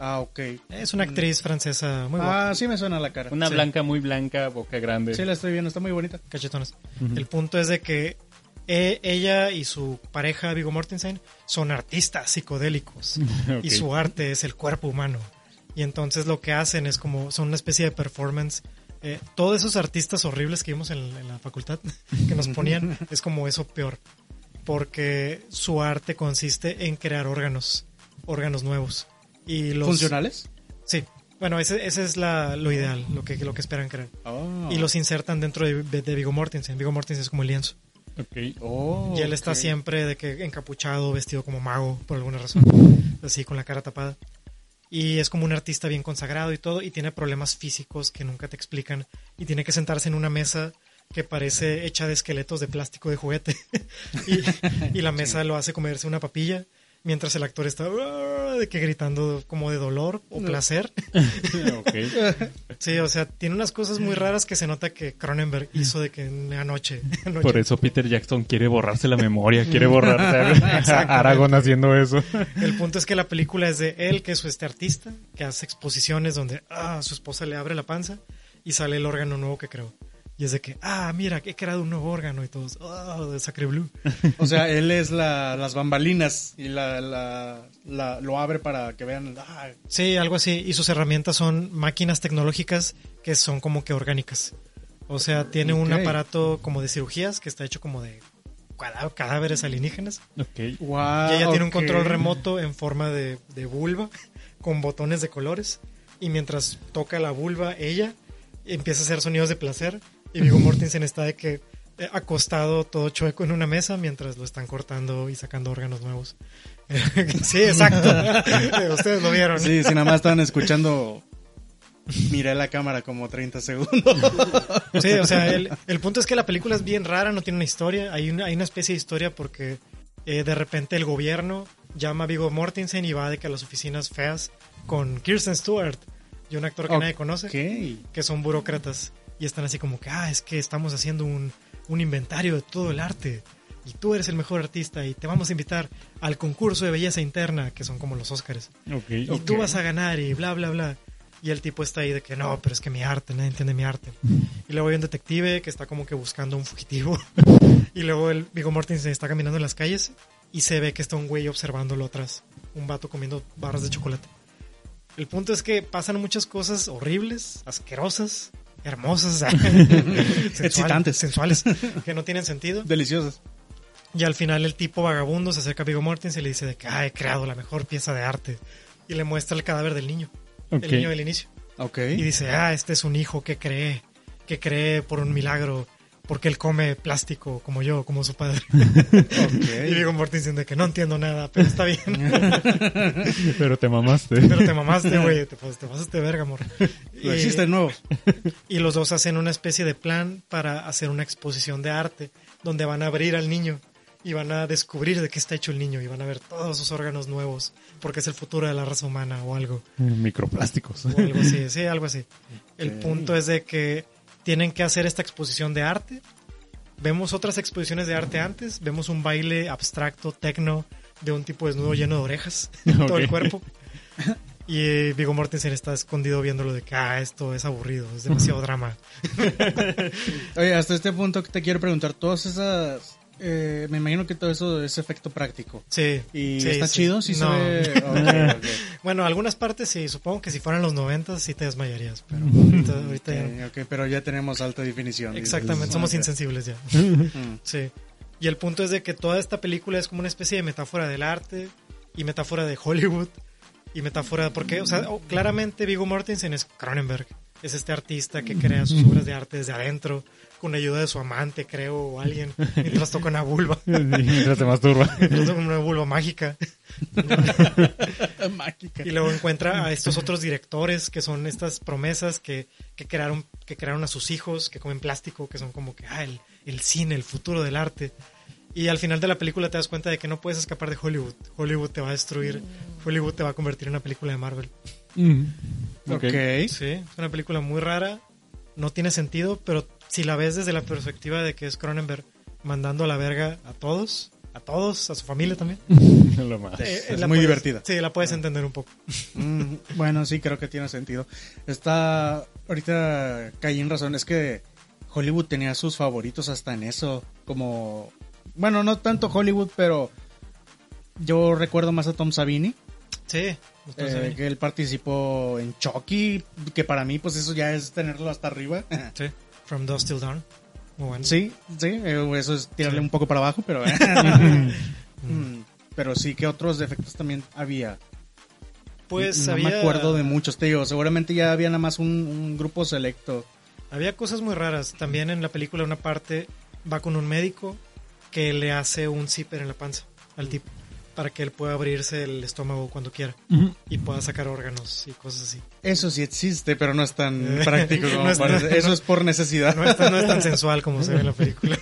Speaker 4: Ah, ok.
Speaker 1: Es una actriz francesa muy guapa,
Speaker 4: Ah, sí me suena la cara.
Speaker 6: Una
Speaker 1: Sí.
Speaker 6: blanca muy blanca, boca grande.
Speaker 4: Sí, la estoy viendo, está muy bonita.
Speaker 1: cachetonas. El punto es de que eh, ella y su pareja, Vigo Mortensen, son artistas psicodélicos.
Speaker 6: Ok.
Speaker 1: y su arte es el cuerpo humano. Y entonces lo que hacen es como, son una especie de performance. Eh, todos esos artistas horribles que vimos en, en la facultad, [laughs] que nos ponían, es como eso peor. Porque su arte consiste en crear órganos, órganos nuevos. Y los,
Speaker 4: ¿Funcionales?
Speaker 1: Sí. Bueno, ese, ese es la, lo ideal, lo que, lo que esperan crear.
Speaker 4: Oh.
Speaker 1: Y los insertan dentro de, de, de Viggo Mortensen. Viggo Mortensen es como el lienzo.
Speaker 6: Ok.
Speaker 4: Oh,
Speaker 1: Y él está
Speaker 4: ok.
Speaker 1: siempre de que encapuchado, vestido como mago, por alguna razón, así con la cara tapada. Y es como un artista bien consagrado y todo, y tiene problemas físicos que nunca te explican. Y tiene que sentarse en una mesa que parece hecha de esqueletos de plástico de juguete. [laughs] y, y la mesa lo hace comerse una papilla, mientras el actor está "Ah", de que gritando como de dolor o placer. [laughs]
Speaker 6: Ok.
Speaker 1: Sí, o sea, tiene unas cosas muy raras que se nota que Cronenberg hizo de que anoche. [laughs] anoche.
Speaker 6: Por eso Peter Jackson quiere borrarse la memoria,
Speaker 1: [laughs]
Speaker 6: quiere borrarse a- a Aragón haciendo eso.
Speaker 1: El punto es que la película es de él, que es este artista, que hace exposiciones donde ah, su esposa le abre la panza y sale el órgano nuevo que creó. Y es de que, ah, mira, he creado un nuevo órgano y todos, ah, de Sacre Blue.
Speaker 4: O sea, él es la, las bambalinas y la, la, la- lo abre para que vean. Ah,
Speaker 1: Sí, algo así. Y sus herramientas son máquinas tecnológicas que son como que orgánicas. O sea, tiene un
Speaker 4: Ok.
Speaker 1: aparato como de cirugías que está hecho como de cada- cadáveres alienígenas.
Speaker 6: Ok.
Speaker 4: wow,
Speaker 1: y ella tiene un
Speaker 4: Ah, ok.
Speaker 1: control remoto en forma de, de vulva [laughs] con botones de colores. Y mientras toca la vulva, ella empieza a hacer sonidos de placer. Y Vigo Mortensen está de que eh, acostado todo chueco en una mesa mientras lo están cortando y sacando órganos nuevos. [laughs] sí, exacto. [laughs] Ustedes lo vieron.
Speaker 4: Sí, si nada más están escuchando. Miré la cámara como 30 segundos.
Speaker 1: Sí, o sea, el, el punto es que la película es bien rara, no tiene una historia. Hay una, hay una especie de historia porque eh, de repente el gobierno llama a Vigo Mortensen y va de que a las oficinas feas con Kirsten Stewart y un actor que nadie conoce,
Speaker 4: Ok.
Speaker 1: que son burócratas y están así como que, ah, es que estamos haciendo un, un inventario de todo el arte y tú eres el mejor artista y te vamos a invitar al concurso de belleza interna, que son como los Óscares y tú vas a ganar y bla, bla, bla. Y el tipo está ahí de que no, pero es que mi arte, nadie entiende mi arte. Y luego hay un detective que está como que buscando a un fugitivo. [laughs] y luego el Vigo Mortensen está caminando en las calles y se ve que está un güey observándolo atrás. Un vato comiendo barras de chocolate. El punto es que pasan muchas cosas horribles, asquerosas, hermosas, [laughs] sensual-
Speaker 4: Excitantes.
Speaker 1: sensuales, que no tienen sentido.
Speaker 4: Deliciosas.
Speaker 1: Y al final el tipo vagabundo se acerca a Vigo Mortensen y le dice de que "Ah, he creado la mejor pieza de arte. Y le muestra el cadáver del niño, el niño del inicio.
Speaker 4: Ok.
Speaker 1: Y [laughs] dice, ah, este es un hijo que cree, que cree por un milagro, porque él come plástico como yo, como su padre. [laughs]
Speaker 4: [laughs]
Speaker 1: Y
Speaker 4: ok.
Speaker 1: Vigo Mortensen de que no entiendo nada, pero está bien.
Speaker 6: [laughs]
Speaker 1: [laughs]
Speaker 6: Pero te mamaste.
Speaker 1: Pero te mamaste, güey, te, pas- te pasaste verga, amor.
Speaker 4: Lo
Speaker 1: Y-
Speaker 4: existe de nuevo.
Speaker 1: y los dos hacen una especie de plan para hacer una exposición de arte donde van a abrir al niño y van a descubrir de qué está hecho el niño y van a ver todos sus órganos nuevos porque es el futuro de la raza humana o algo
Speaker 6: [laughs] Microplásticos.
Speaker 1: o algo así, sí, algo así. El punto es de que tienen que hacer esta exposición de arte. Vemos otras exposiciones de arte antes, vemos un baile abstracto, tecno, de un tipo desnudo lleno de orejas, [laughs] todo el
Speaker 6: Ok.
Speaker 1: cuerpo. Y eh, Viggo Mortensen está escondido viéndolo de que, ah, esto es aburrido, es demasiado drama.
Speaker 4: Oye, hasta este punto que te quiero preguntar, todas esas. eh, me imagino que todo eso es efecto práctico.
Speaker 1: Sí.
Speaker 4: Y
Speaker 1: sí,
Speaker 4: está
Speaker 1: sí.
Speaker 4: chido, sí
Speaker 1: No. [laughs]
Speaker 4: se ve. ok, ok.
Speaker 1: Bueno, algunas partes sí, supongo que si fueran los 90 sí te desmayarías, pero ahorita, ahorita
Speaker 4: [laughs]
Speaker 1: ya no.
Speaker 4: Ok, ok, pero ya tenemos alta definición. dices.
Speaker 1: Exactamente, somos
Speaker 4: Ok.
Speaker 1: insensibles ya.
Speaker 4: Mm.
Speaker 1: Sí. Y el punto es de que toda esta película es como una especie de metáfora del arte y metáfora de Hollywood y metáfora, porque, o sea, o- claramente Vigo Mortensen es Cronenberg, es este artista que crea sus obras de arte desde adentro, con ayuda de su amante, creo, o alguien, mientras toca una
Speaker 4: [laughs]
Speaker 1: vulva,
Speaker 6: Mientras te
Speaker 1: [laughs]
Speaker 6: masturba.
Speaker 1: mientras toca una vulva mágica,
Speaker 4: Mágica.
Speaker 1: y luego encuentra a estos otros directores que son estas promesas que, que crearon, que crearon a sus hijos, que comen plástico, que son como que, ah, el, el cine, el futuro del arte. Y al final de la película te das cuenta de que no puedes escapar de Hollywood. Hollywood te va a destruir. Hollywood te va a convertir en una película de Marvel.
Speaker 4: Ok.
Speaker 1: Sí, es una película muy rara, no tiene sentido, pero si la ves desde la perspectiva de que es Cronenberg mandando a la verga a todos, a todos, a su familia también.
Speaker 6: Lo más.
Speaker 1: eh,
Speaker 4: es
Speaker 1: la
Speaker 4: muy
Speaker 1: puedes-
Speaker 4: divertida.
Speaker 1: Sí, la puedes entender un poco.
Speaker 4: Mm, bueno, sí, creo que tiene sentido. Está. Ahorita caí en razón. Es que Hollywood tenía sus favoritos hasta en eso. Como. Bueno, no tanto Hollywood, pero. Yo recuerdo más a Tom Savini,
Speaker 1: Sí, entonces,
Speaker 4: eh, que él participó en Chucky, que para mí, pues eso ya es tenerlo hasta arriba.
Speaker 1: sí, From Dust Till Dawn. Muy bueno.
Speaker 4: Sí, sí, eh, eso es tirarle
Speaker 1: Sí.
Speaker 4: un poco para abajo, pero. [laughs] Mm, pero sí, que otros defectos también había?
Speaker 1: pues
Speaker 4: no
Speaker 1: había,
Speaker 4: me acuerdo de muchos, te digo. Seguramente ya había nada más un, un grupo selecto.
Speaker 1: había cosas muy raras. También en la película una parte va con un médico que le hace un zipper en la panza al tipo para que él pueda abrirse el estómago cuando quiera y pueda sacar órganos y cosas así.
Speaker 4: Eso sí existe, pero no es tan práctico como
Speaker 1: [laughs] No es tan-
Speaker 4: parece. Eso es por necesidad.
Speaker 1: No es, tan, no es tan sensual como se ve en la película.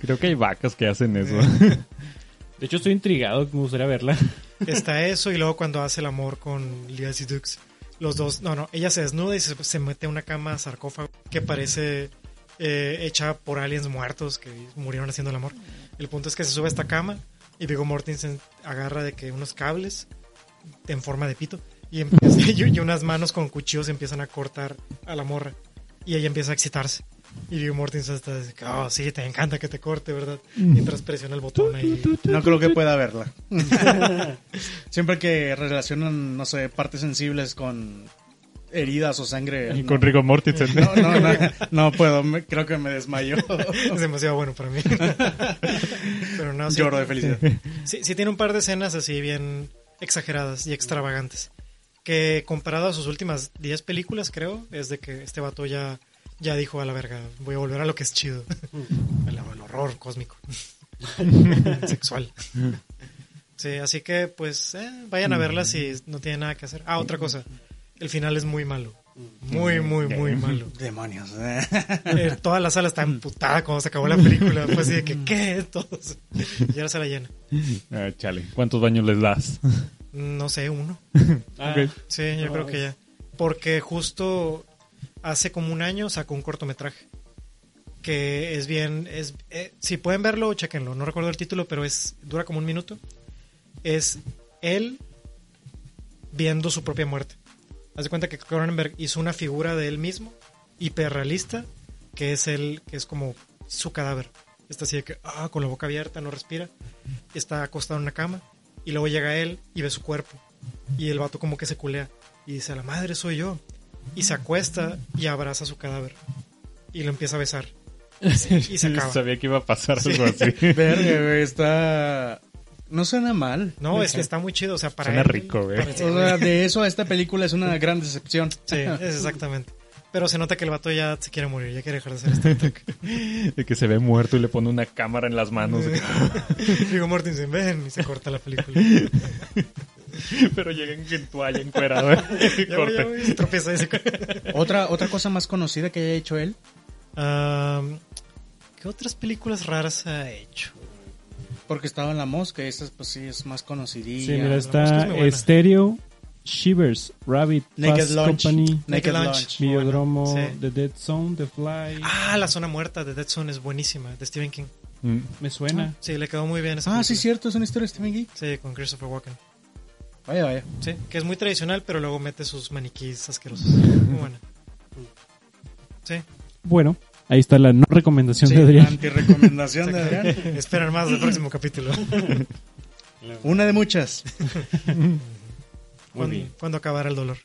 Speaker 6: Creo que hay vacas que hacen eso.
Speaker 5: De hecho, estoy intrigado, me gustaría verla.
Speaker 1: Está eso y luego cuando hace el amor con Lias y Dux, los dos, no, no, ella se desnuda y se, se mete a una cama sarcófago que parece eh, hecha por aliens muertos que murieron haciendo el amor. El punto es que se sube a esta cama y Viggo Mortensen agarra de que unos cables en forma de pito y, empieza- [laughs] y- y unas manos con cuchillos empiezan a cortar a la morra y ella empieza a excitarse. Y Viggo Mortensen está de que, oh, sí, te encanta que te corte, ¿verdad? Mientras presiona el botón ahí.
Speaker 4: [laughs] No creo que
Speaker 1: [laughs]
Speaker 4: pueda verla. Siempre que relacionan, no sé, partes sensibles con heridas o sangre.
Speaker 6: [laughs]
Speaker 4: no,
Speaker 6: Con Rigo Mortensen.
Speaker 4: no, no, no, no puedo. me- creo que me desmayo.
Speaker 1: es demasiado bueno para
Speaker 4: [laughs]
Speaker 1: mí. Pero [laughs] no, sí,
Speaker 4: Lloro de felicidad.
Speaker 1: sí- sí tiene un par de escenas así bien exageradas y extravagantes. Que comparado a sus últimas 10 películas, creo, es de que este vato ya, ya dijo a la verga, voy a volver a lo que es
Speaker 4: [laughs]
Speaker 1: chido. Al al horror cósmico. Sexual. Sí, así que pues eh, vayan a verla si no tienen nada que hacer. Ah, otra cosa. El final es muy malo. Muy, muy, muy malo.
Speaker 4: Demonios.
Speaker 1: Eh, toda la sala está emputada cuando se acabó la película. Fue así de que, ¿qué? Todos. Y ahora se la llena.
Speaker 6: [laughs] Ah, chale. ¿Cuántos baños les das?
Speaker 1: No sé, uno.
Speaker 5: Ah,
Speaker 1: Sí, yo creo que ya. Porque justo hace como un año sacó un cortometraje. Que es bien. Es, eh, si pueden verlo, chequenlo. No recuerdo el título, pero es dura como un minuto. Es él viendo su propia muerte. Haz de cuenta que Cronenberg hizo una figura de él mismo, hiperrealista, que es él, que es como su cadáver. Está así de que, ah, con la boca abierta, no respira. Está acostado en una cama. Y luego llega él y ve su cuerpo. Y el vato como que se culea. Y dice, a la madre soy yo. Y se acuesta y abraza su cadáver. Y lo empieza a besar. Y se acaba.
Speaker 6: Sabía que iba a pasar
Speaker 1: Sí. [laughs]
Speaker 6: algo así. [laughs]
Speaker 4: Verga, güey, está. No suena mal.
Speaker 1: No, es que está muy chido. O sea, para
Speaker 6: Suena
Speaker 1: él-
Speaker 6: rico, güey.
Speaker 1: para- sí,
Speaker 4: O sea, de eso a esta película es una gran decepción.
Speaker 1: sí, es exactamente. Pero se nota que el vato ya se quiere morir, ya quiere dejar de hacer
Speaker 6: [laughs]
Speaker 1: Star Trek.
Speaker 6: De que se ve muerto y le pone una cámara en las manos.
Speaker 1: Digo, Mortensen, ven, y se corta la película.
Speaker 5: [laughs]
Speaker 6: Pero llegan en toalla encuerado.
Speaker 5: ¿eh?
Speaker 6: [laughs] Y
Speaker 1: Ya voy, ya voy, se tropieza y se corta.
Speaker 4: Otra, otra cosa más conocida que haya hecho él.
Speaker 1: Am, ¿Qué otras películas raras ha hecho?
Speaker 4: Porque estaba en La Mosca, y esa pues sí es más conocidilla.
Speaker 5: [laughs] Sí, mira,
Speaker 1: es que
Speaker 5: está
Speaker 1: es muy buena.
Speaker 5: Stereo, Shivers, Rabbit,
Speaker 4: Naked
Speaker 5: Fast
Speaker 4: Lunch.
Speaker 5: Company,
Speaker 1: Naked
Speaker 4: Naked
Speaker 1: Lunch.
Speaker 4: Lunch.
Speaker 1: Muy buena.
Speaker 5: Videodromo,
Speaker 1: Sí.
Speaker 5: The Dead Zone, The Fly.
Speaker 1: Ah, La Zona Muerta de Dead Zone es buenísima, de Stephen King.
Speaker 5: Me suena.
Speaker 1: Sí, le quedó muy bien esa
Speaker 4: Ah, sí,
Speaker 1: película.
Speaker 4: cierto, es una historia de Stephen King.
Speaker 1: Sí, con Christopher Walken.
Speaker 4: Vaya, vaya.
Speaker 1: Sí, que es muy tradicional, pero luego mete sus maniquís asquerosos. Muy buena. Sí,
Speaker 5: Bueno, ahí está la no recomendación
Speaker 4: Sí,
Speaker 5: de Adrián.
Speaker 4: antirrecomendación de Adrián.
Speaker 1: esperan más del próximo capítulo.
Speaker 4: Una de muchas.
Speaker 1: Cuando, cuando acabará el dolor.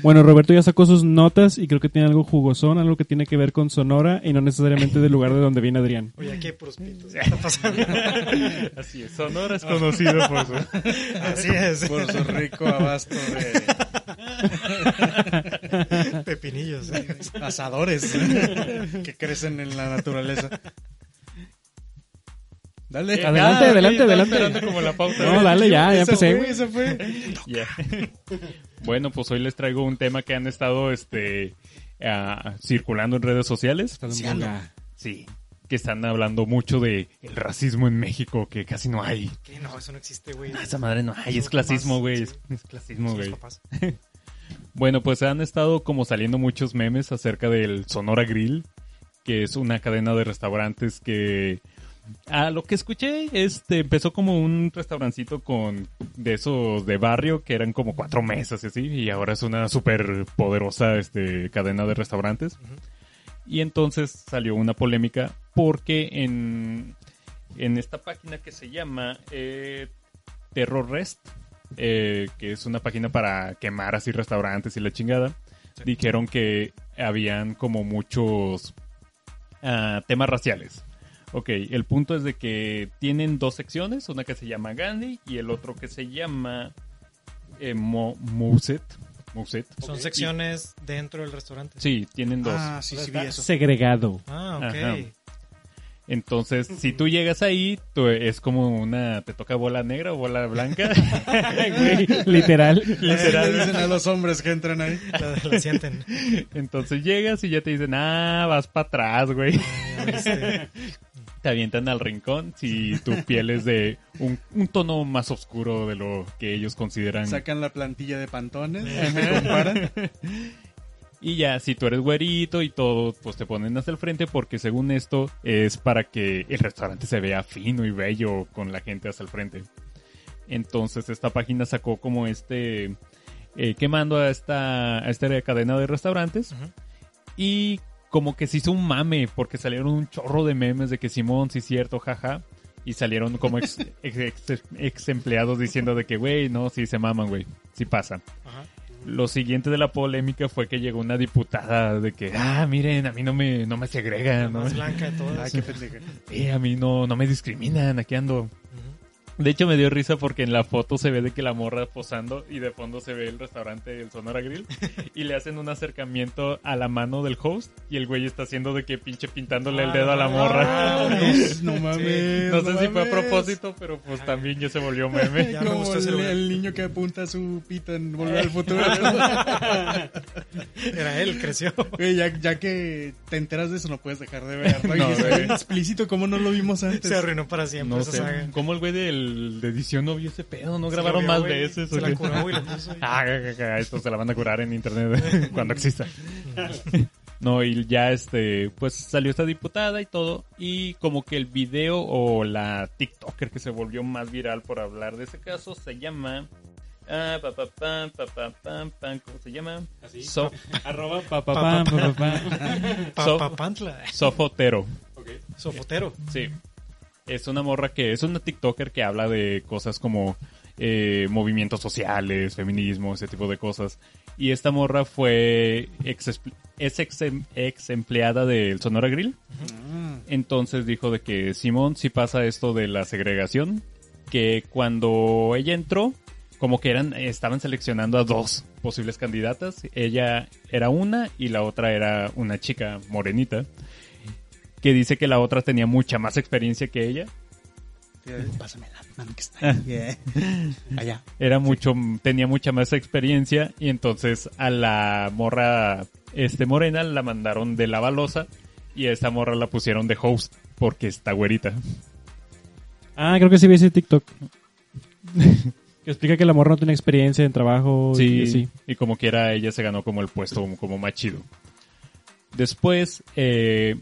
Speaker 5: Bueno, Roberto ya sacó sus notas y creo que tiene algo jugosón, algo que tiene que ver con Sonora y no necesariamente del lugar de donde viene Adrián.
Speaker 1: Oye, aquí hay puros pitos. ¿Qué está pasando?
Speaker 6: Así es, Sonora es conocido por su...
Speaker 1: Así es.
Speaker 4: Por su rico abasto de
Speaker 1: [laughs] Pepinillos. ¿eh? [laughs]
Speaker 4: asadores que crecen en la naturaleza. Dale.
Speaker 5: Adelante,
Speaker 6: Ah, ok,
Speaker 5: adelante,
Speaker 6: estaba
Speaker 5: adelante.
Speaker 6: esperando como la pauta. ¿eh?
Speaker 5: No, dale ya, Ah, ya
Speaker 4: Esa
Speaker 5: empecé.
Speaker 4: fue,
Speaker 5: güey.
Speaker 4: esa fue.
Speaker 6: [laughs] Ya. [laughs] bueno, pues hoy les traigo un tema que han estado este ah, circulando en redes sociales. Sí, que están hablando mucho de el racismo en México, que casi no hay.
Speaker 1: ¿Qué? No, eso no existe, güey.
Speaker 6: Ah, esa madre no hay,
Speaker 1: Son
Speaker 6: es
Speaker 1: los papás,
Speaker 6: clasismo, güey. Es,
Speaker 1: sí.
Speaker 6: es clasismo,
Speaker 1: Son los
Speaker 6: güey.
Speaker 1: papás.
Speaker 6: Bueno, pues han estado como saliendo muchos memes acerca del Sonora Grill, que es una cadena de restaurantes que a lo que escuché, este empezó como un restaurancito con de esos de barrio que eran como cuatro mesas y así, y ahora es una súper poderosa este, cadena de restaurantes. Y entonces salió una polémica porque en, en esta página que se llama eh, Terror Rest, eh, que es una página para quemar así restaurantes y la chingada, dijeron que habían como muchos ah, temas raciales. Ok, el punto es de que tienen dos secciones, una que se llama Gandhi y el otro que se llama eh, Mo- Mouset. Mouset.
Speaker 1: Son secciones dentro del restaurante.
Speaker 6: Sí, tienen dos.
Speaker 4: Ah, sí, sí, vi eso. [laughs]
Speaker 5: Segregado.
Speaker 1: Ah, ok.
Speaker 6: Ajá. Entonces, si tú llegas ahí, tú- es como una, te toca bola negra o bola blanca.
Speaker 5: Güey,
Speaker 4: [laughs]
Speaker 5: literal.
Speaker 4: Así Eh, le
Speaker 6: Literal.
Speaker 4: dicen a los hombres que entran ahí.
Speaker 1: La, la
Speaker 6: [laughs]
Speaker 1: sienten.
Speaker 6: Entonces llegas y ya te dicen, ah, vas para atrás, güey. [laughs]
Speaker 1: Este,
Speaker 6: Te avientan al rincón si tu piel es de un, un tono más oscuro de lo que ellos consideran.
Speaker 4: Sacan la plantilla de pantones. ahí me comparan.
Speaker 6: [laughs] Y ya, si tú eres güerito y todo, pues te ponen hasta el frente porque según esto es para que el restaurante se vea fino y bello con la gente hasta el frente. Entonces esta página sacó como este... eh, quemando a esta, a esta cadena de restaurantes
Speaker 1: Ujú.
Speaker 6: y como que se hizo un mame porque salieron un chorro de memes de que Simón, sí es cierto, jaja. Y salieron como ex,
Speaker 1: [laughs]
Speaker 6: ex- ex- ex empleados diciendo de que, güey, no, sí se maman, güey, sí pasa.
Speaker 1: ajá.
Speaker 6: Lo siguiente de la polémica fue que llegó una diputada de que, ah, miren, a mí no me, no me
Speaker 1: La
Speaker 6: segregan, ¿no?
Speaker 1: más blanca de
Speaker 4: Ah,
Speaker 1: todas.
Speaker 4: qué pendeja.
Speaker 6: Eh, a mí no, no me discriminan, aquí ando.
Speaker 1: Ujú.
Speaker 6: De hecho, me dio risa porque en la foto se ve de que la morra posando y de fondo se ve el restaurante del Sonora
Speaker 1: [laughs]
Speaker 6: Grill y le hacen un acercamiento a la mano del host y el güey está haciendo de que pinche pintándole el dedo a la morra.
Speaker 1: Ah,
Speaker 6: [laughs]
Speaker 4: Vámonos, no mames.
Speaker 6: No sé si fue a
Speaker 4: mames.
Speaker 6: propósito, pero pues también ya se volvió
Speaker 4: Ay,
Speaker 1: [laughs]
Speaker 6: meme.
Speaker 1: Ya me
Speaker 4: Como
Speaker 1: gustó ese
Speaker 4: el,
Speaker 1: lugar.
Speaker 4: el niño que apunta su pito en Volver al Futuro.
Speaker 1: Era él,
Speaker 6: [laughs]
Speaker 1: creció.
Speaker 4: Güey, ya, ya que te enteras de eso, no puedes dejar de verlo.
Speaker 6: No,
Speaker 4: Y es
Speaker 6: güey.
Speaker 4: bien explícito cómo no lo vimos antes.
Speaker 1: Se arruinó para siempre
Speaker 6: No
Speaker 1: esa
Speaker 6: sé,
Speaker 1: saga.
Speaker 6: ¿cómo el güey del- de edición no vio ese pedo? ¿No
Speaker 1: Se
Speaker 6: grabaron
Speaker 1: la vio,
Speaker 6: más
Speaker 1: güey,
Speaker 6: veces?
Speaker 1: Se
Speaker 6: o
Speaker 1: la
Speaker 6: qué?
Speaker 1: curó y la puso ahí.
Speaker 6: Ah, ja, ja, ja, esto se la van a curar en internet [laughs] cuando exista. No, y ya este, pues salió esta diputada y todo, y como que el video o la TikToker que se volvió más viral por hablar de ese caso se llama... Ah, pa, pa, pam, pa, pa, pam, pam, ¿cómo se llama? So-
Speaker 5: Arroba papapam, papapam.
Speaker 1: Pa-
Speaker 6: [laughs] So-
Speaker 1: Papantla.
Speaker 6: Sofotero.
Speaker 1: Sofotero.
Speaker 6: Sí. Es una morra que es una TikToker que habla de cosas como eh, movimientos sociales, feminismo, ese tipo de cosas. Y esta morra fue ex, es ex, em, ex empleada del Sonora Grill.
Speaker 4: Mm,
Speaker 6: Entonces dijo de que Simón si pasa esto de la segregación, que cuando ella entró, como que eran, estaban seleccionando a dos posibles candidatas. Ella era una y la otra era una chica morenita que dice que la otra tenía mucha más experiencia que ella.
Speaker 4: Pásame la mano que está ahí. eh. Yeah. Allá.
Speaker 6: Era mucho, tenía mucha más experiencia y entonces a la morra, este morena, la mandaron de la balosa y a esta morra la pusieron de host porque está güerita.
Speaker 5: Ah, creo que sí vi ese TikTok. [laughs] Que explica que la morra no tiene experiencia en trabajo. y sí.
Speaker 6: Y como quiera, ella se ganó como el puesto como más chido. Después, eh,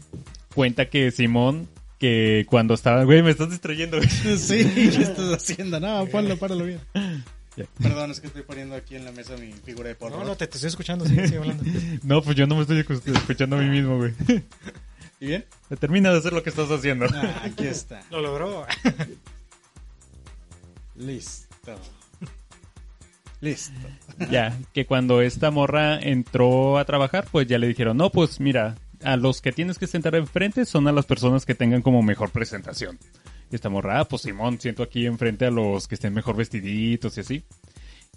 Speaker 6: cuenta que Simón, que cuando estaba, güey, me estás distrayendo. [laughs] güey.
Speaker 4: Sí, ¿qué estás haciendo? No, ponlo, páralo bien.
Speaker 6: Ya.
Speaker 4: Perdón, es que estoy poniendo aquí en la mesa mi figura de porro.
Speaker 1: No, no, te, te estoy escuchando, sigue, sigue
Speaker 6: [laughs]
Speaker 1: hablando.
Speaker 6: No, pues yo no me estoy escu- escuchando a mí mismo, güey. [laughs]
Speaker 4: ¿Y bien?
Speaker 6: Termina de hacer lo que estás haciendo.
Speaker 4: [laughs] Ah, aquí está.
Speaker 1: Lo logró.
Speaker 4: Listo. Listo.
Speaker 6: Ya, que cuando esta morra entró a trabajar, pues ya le dijeron, no, pues mira, a los que tienes que sentar enfrente son a las personas que tengan como mejor presentación. Y esta morra, ah, pues Simón, siento aquí enfrente a los que estén mejor vestiditos y así.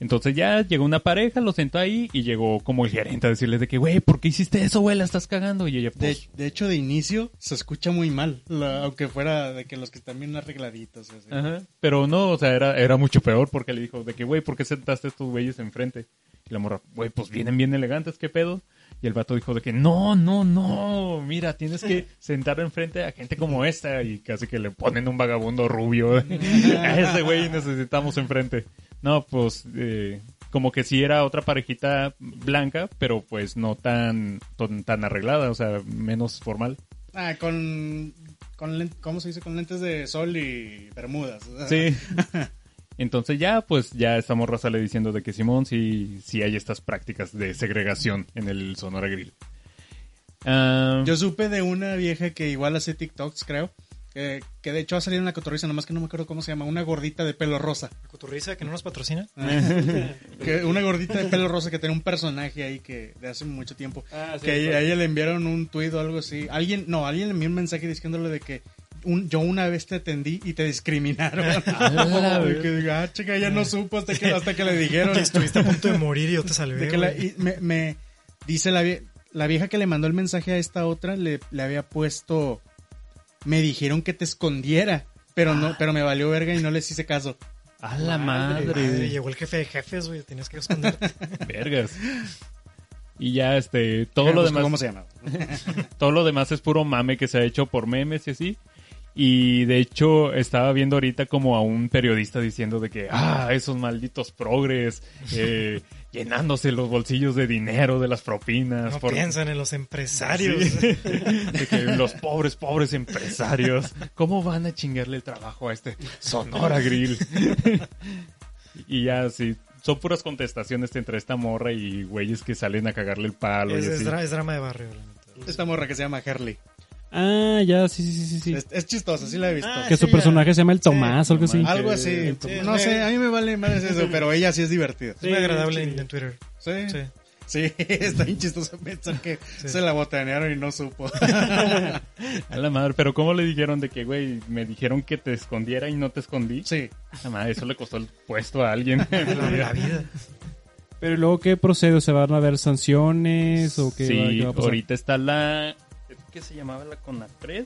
Speaker 6: Entonces ya llegó una pareja, lo sentó ahí y llegó como el gerente a decirles de que, güey, ¿por qué hiciste eso, güey? La estás cagando. Y ella,
Speaker 4: De,
Speaker 6: pues,
Speaker 4: de hecho, de inicio se escucha muy mal, la- aunque fuera de que los que están bien arregladitos. y así.
Speaker 6: ajá. Pero no, o sea, era, era mucho peor porque le dijo de que, güey, ¿por qué sentaste a estos güeyes enfrente? Y la morra, güey, pues vienen bien elegantes, ¿qué pedo? Y el vato dijo de que, no, no, no, mira, tienes que sentar enfrente a gente como esta. Y casi que le ponen un vagabundo rubio. a ese güey necesitamos enfrente. No, pues, eh, como que sí era otra parejita blanca, pero pues no tan, tan, tan arreglada, o sea, menos formal.
Speaker 4: Ah, con, con len- ¿cómo se dice? Con lentes de sol y bermudas.
Speaker 6: Sí. [laughs] Entonces ya, pues ya estamos raza le diciendo de que Simón sí, sí hay estas prácticas de segregación en el Sonora Grill. Ah,
Speaker 4: Yo supe de una vieja que igual hace TikToks, creo. Que, que de hecho ha salido en la cotorriza, nomás que no me acuerdo cómo se llama. Una gordita de pelo rosa.
Speaker 1: La cotorriza que no nos patrocina.
Speaker 6: Ah.
Speaker 4: Que una gordita de pelo rosa que tenía un personaje ahí que de hace mucho tiempo.
Speaker 6: Ah, sí,
Speaker 4: que a ella-
Speaker 6: claro.
Speaker 4: a ella le enviaron un tuit o algo así. Alguien, no, alguien le envió un mensaje diciéndole de que un- yo una vez te atendí y te discriminaron. [laughs] Y que diga, ah, chica, ella no supo hasta que, hasta que le dijeron.
Speaker 1: Que estuviste a punto de morir y yo te salvé.
Speaker 4: De que la-
Speaker 1: güey.
Speaker 4: y me, me dice la, vie- la vieja que le mandó el mensaje a esta otra, le, le había puesto, me dijeron que te escondiera, pero
Speaker 1: Ah.
Speaker 4: no, pero me valió verga y no les hice caso.
Speaker 6: a la
Speaker 1: Madre,
Speaker 6: madre.
Speaker 1: llegó el jefe de jefes, güey. Tenías que esconderte.
Speaker 6: Vergas. Y ya, este, todo
Speaker 4: Déjame
Speaker 6: lo
Speaker 4: busco
Speaker 6: demás.
Speaker 4: pues, ¿Cómo se llama?
Speaker 6: Todo lo demás es puro mame que se ha hecho por memes y así. Y de hecho estaba viendo ahorita como a un periodista diciendo de que, ah, esos malditos progres, eh, [laughs] llenándose los bolsillos de dinero de las propinas.
Speaker 1: No
Speaker 6: por-
Speaker 1: piensan en los empresarios. [laughs]
Speaker 6: Sí. [laughs] De que los pobres, pobres empresarios, ¿cómo van a chingarle el trabajo a este Sonora Grill? [laughs] Y ya, sí, son puras contestaciones entre esta morra y güeyes que salen a cagarle el palo.
Speaker 1: Es,
Speaker 6: y
Speaker 1: es
Speaker 6: así.
Speaker 1: dra- es drama de barrio, la neta.
Speaker 4: Esta morra que se llama Herley.
Speaker 5: Ah, ya, sí, sí, sí, sí, sí.
Speaker 4: Es, es chistosa, sí la he visto.
Speaker 1: Este, Ah,
Speaker 5: que su
Speaker 1: sí,
Speaker 5: personaje se llama el
Speaker 1: Sí,
Speaker 5: Tomás o algo así.
Speaker 4: Algo así.
Speaker 1: Sí,
Speaker 4: no
Speaker 1: es
Speaker 4: sé,
Speaker 1: negro.
Speaker 4: a mí me
Speaker 1: [laughs]
Speaker 4: vale más eso, pero ella sí es divertida.
Speaker 1: Es muy
Speaker 5: Sí,
Speaker 1: agradable
Speaker 5: sí.
Speaker 1: en, en Twitter.
Speaker 4: Sí.
Speaker 1: Sí.
Speaker 4: Sí. [laughs] está bien chistoso pensar que se la botanearon y
Speaker 1: [laughs]
Speaker 4: no supo.
Speaker 6: A la madre, pero ¿cómo le dijeron de que, güey, me dijeron que te escondiera y no te escondí?
Speaker 4: Sí.
Speaker 6: A la madre, eso le costó el puesto a [laughs] alguien.
Speaker 1: La, la vida.
Speaker 5: Pero ¿y luego, ¿qué procede? ¿O se van a ver sanciones? ¿O qué, va,
Speaker 6: sí,
Speaker 5: qué va a pasar?
Speaker 6: ahorita está la... ¿Qué se llamaba la Conapred?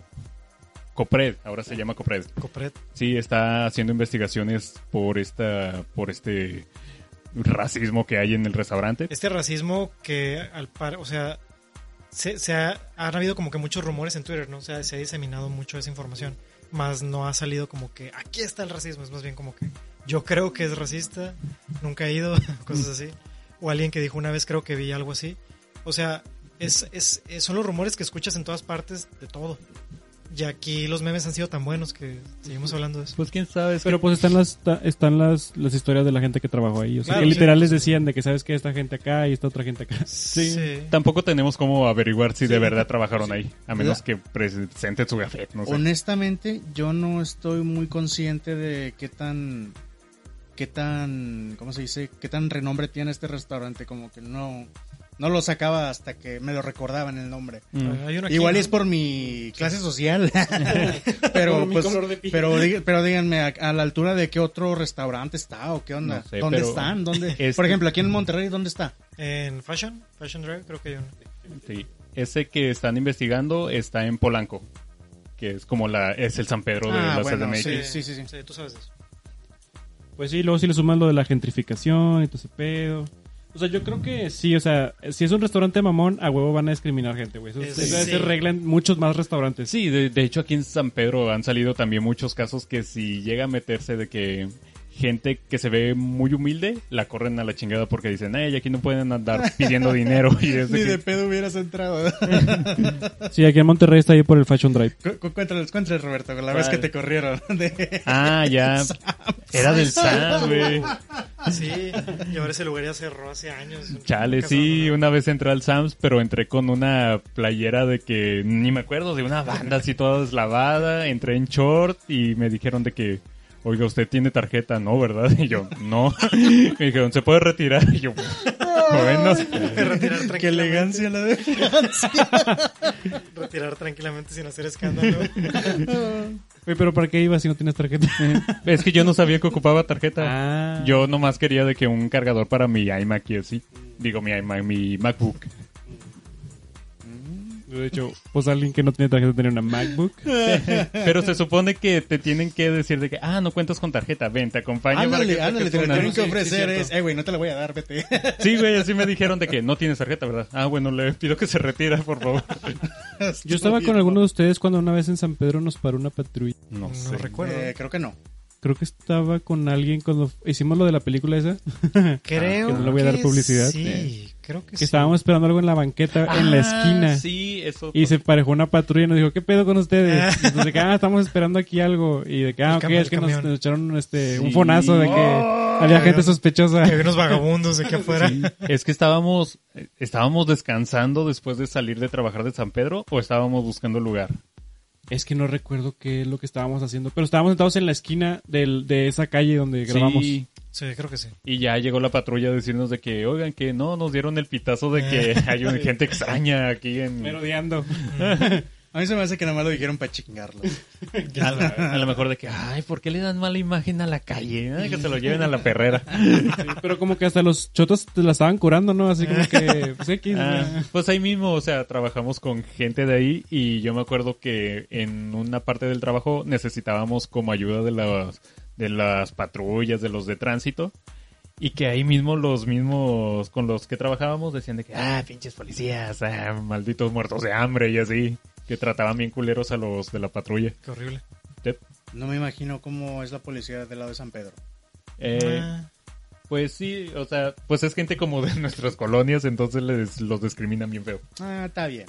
Speaker 6: Copred, ahora se llama Copred.
Speaker 1: Copret.
Speaker 6: Sí, está haciendo investigaciones por esta, por este racismo que hay en el restaurante.
Speaker 1: Este racismo que al par, o sea, se, se ha, han habido como que muchos rumores en Twitter, ¿no? O sea, se ha diseminado mucho esa información, más no ha salido como que aquí está el racismo, es más bien como que yo creo que es racista, nunca he ido, [laughs] cosas así. O alguien que dijo una vez creo que vi algo así. O sea, es, es, es- son los rumores que escuchas en todas partes de todo. Y aquí los memes han sido tan buenos que seguimos hablando de eso.
Speaker 6: Pues quién sabe.
Speaker 5: Pero pues están las ta- están las, las historias de la gente que trabajó ahí. O sea,
Speaker 1: Claro,
Speaker 5: que
Speaker 1: sí.
Speaker 5: literal les decían de que sabes que esta gente acá y esta otra gente acá. [laughs]
Speaker 6: Sí. Tampoco tenemos cómo averiguar si de verdad trabajaron ahí, a menos
Speaker 4: La-
Speaker 6: que presenten su gafete, no sé.
Speaker 4: Honestamente, yo no estoy muy consciente de qué tan. qué tan. ¿cómo se dice? qué tan renombre tiene este restaurante. Como que no. No lo sacaba hasta que me lo recordaban el nombre.
Speaker 6: Mm.
Speaker 1: Hay uno aquí,
Speaker 4: Igual
Speaker 1: ¿no?
Speaker 4: es por mi
Speaker 7: [laughs]
Speaker 4: clase social. pero
Speaker 7: Por mi
Speaker 4: pues,
Speaker 7: color de piel.
Speaker 4: pero, dí- pero díganme, ¿a, a la altura de qué otro restaurante está o qué onda?
Speaker 6: No sé,
Speaker 4: ¿Dónde
Speaker 6: pero-
Speaker 4: están? ¿Dónde?
Speaker 6: [laughs] Este-
Speaker 4: Por ejemplo, aquí en Monterrey, ¿dónde está?
Speaker 1: En Fashion, Fashion Drive creo que hay uno.
Speaker 6: Sí. Ese que están investigando está en Polanco, que es como la es el San Pedro de
Speaker 4: Ah,
Speaker 6: la
Speaker 4: bueno,
Speaker 6: CDMX.
Speaker 4: Sí, sí, sí, sí.
Speaker 1: Eh, tú sabes de eso.
Speaker 5: Pues sí, luego si le suman lo de la gentrificación y todo ese pedo. O sea, yo creo que sí, o sea, si es un restaurante mamón, a huevo van a discriminar gente, güey. Eso,
Speaker 1: Es-
Speaker 5: eso
Speaker 1: sí.
Speaker 5: se regla en muchos más restaurantes.
Speaker 6: Sí, de, de hecho aquí en San Pedro han salido también muchos casos que si llega a meterse de que gente que se ve muy humilde la corren a la chingada porque dicen, ay, aquí no pueden andar
Speaker 4: [laughs]
Speaker 6: pidiendo dinero. Y es de
Speaker 4: Ni
Speaker 6: que-
Speaker 4: de pedo hubieras entrado. [laughs]
Speaker 5: Sí, aquí en Monterrey está ahí por el Fashion Drive.
Speaker 4: Cu- cu- Cuéntales, cuéntales, Roberto, la vez que te corrieron. [laughs] de-
Speaker 6: Ah, ya.
Speaker 4: [laughs]
Speaker 6: Era del Sam, güey.
Speaker 1: Ah, Sí, y ahora ese lugar ya cerró hace años.
Speaker 6: Chale,
Speaker 1: Nunca
Speaker 6: sí,
Speaker 1: se va a
Speaker 6: una vez entré al Sams, pero entré con una playera de que ni me acuerdo, de una banda así toda deslavada. Entré en short y me dijeron de que, oiga, usted tiene tarjeta, ¿no? ¿Verdad? [laughs] Y yo, no. Me dijeron, ¿se puede retirar? [laughs] Y yo, bueno.
Speaker 1: Retirar
Speaker 4: [laughs] Qué
Speaker 1: tranquilamente,
Speaker 4: elegancia la de.
Speaker 1: retirar tranquilamente sin hacer escándalo.
Speaker 5: Oye, pero ¿para qué ibas si no tienes tarjeta?
Speaker 6: Es que yo no sabía que ocupaba tarjeta.
Speaker 5: ah.
Speaker 6: Yo nomás quería de que un cargador para mi iMac y así. Digo, mi iMac, mi MacBook. [laughs]
Speaker 5: De hecho, pues alguien que no tiene tarjeta tenía una MacBook.
Speaker 6: Pero se supone que te tienen que decir de que, ah, no cuentas con tarjeta, ven, te acompaño. para que
Speaker 4: Ándale,
Speaker 6: saques
Speaker 4: ándale, te lo
Speaker 6: una".
Speaker 4: tienen que
Speaker 6: Sí, sí,
Speaker 4: ofrecer.
Speaker 6: cierto.
Speaker 4: es, eh, güey, no te la voy a dar,
Speaker 6: [laughs]
Speaker 4: vete.
Speaker 6: Sí, güey, así me dijeron de que no tienes tarjeta, ¿verdad? Ah, bueno, le pido que se retire, por favor.
Speaker 5: Yo estaba con alguno de ustedes cuando una vez en San Pedro nos paró una patrulla.
Speaker 6: No,
Speaker 1: No
Speaker 6: sé.
Speaker 1: recuerdo.
Speaker 4: Eh, creo que no.
Speaker 5: Creo que estaba con alguien cuando hicimos lo de la película esa. [laughs]
Speaker 1: creo
Speaker 5: que no le voy a dar
Speaker 1: que
Speaker 5: publicidad.
Speaker 1: Sí,
Speaker 5: Eh.
Speaker 1: creo que
Speaker 5: que
Speaker 1: sí.
Speaker 5: estábamos esperando algo en la banqueta, en la
Speaker 6: Ah,
Speaker 5: esquina.
Speaker 6: Sí, eso.
Speaker 5: Y se parejó una patrulla y nos dijo, ¿qué pedo con ustedes? Y entonces, de que, ah, estamos esperando aquí algo. Y de que, ah,
Speaker 1: El
Speaker 5: ok,
Speaker 1: camión,
Speaker 5: es que
Speaker 1: el
Speaker 5: nos,
Speaker 1: camión.
Speaker 5: nos echaron este,
Speaker 6: Sí.
Speaker 5: un fonazo de que había gente sospechosa.
Speaker 1: [laughs] Que había unos vagabundos de aquí afuera.
Speaker 6: Es que estábamos, estábamos descansando después de salir de trabajar de San Pedro o estábamos buscando lugar.
Speaker 5: Es que no recuerdo qué es lo que estábamos haciendo, pero estábamos sentados en la esquina del, de esa calle donde grabamos.
Speaker 6: Sí,
Speaker 1: Sí, creo que sí.
Speaker 6: Y ya llegó la patrulla a decirnos de que, oigan, que no, nos dieron el pitazo de [laughs] que hay una gente extraña aquí en...
Speaker 5: Merodeando. [laughs]
Speaker 4: A mí se me hace que nada más lo dijeron para chingarlo.
Speaker 6: A, la- a lo mejor de que, ay, ¿por qué le dan mala imagen a la calle? Ay, que se lo lleven a la [laughs] perrera.
Speaker 5: Sí, pero como que hasta los chotos te la estaban curando, ¿no? Así como que, pues X.
Speaker 6: Ah,
Speaker 5: ¿no?
Speaker 6: pues ahí mismo, o sea, trabajamos con gente de ahí y yo me acuerdo que en una parte del trabajo necesitábamos como ayuda de las, de las patrullas, de los de tránsito. Y que ahí mismo los mismos con los que trabajábamos decían de que, ah, pinches policías, ah, malditos muertos de hambre y así, que trataban bien culeros a los de la patrulla.
Speaker 1: Qué horrible.
Speaker 4: No me imagino cómo es la policía del lado de San Pedro.
Speaker 6: Eh,
Speaker 1: Ah,
Speaker 6: Pues sí, o sea, pues es gente como de [laughs] nuestras colonias, entonces les, los discriminan bien feo.
Speaker 4: Ah,
Speaker 1: [laughs]
Speaker 4: está bien.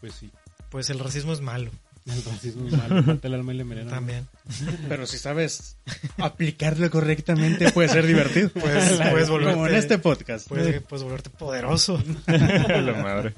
Speaker 6: Pues sí.
Speaker 1: pues el racismo es malo
Speaker 5: El racismo es malo, falta el alma y la melena.
Speaker 1: también.
Speaker 4: Pero si sabes aplicarlo correctamente puede ser
Speaker 1: [laughs]
Speaker 4: divertido.
Speaker 1: Puedes, puedes volverte.
Speaker 4: Como en este podcast.
Speaker 1: puedes, puedes volverte poderoso.
Speaker 6: [laughs] la madre.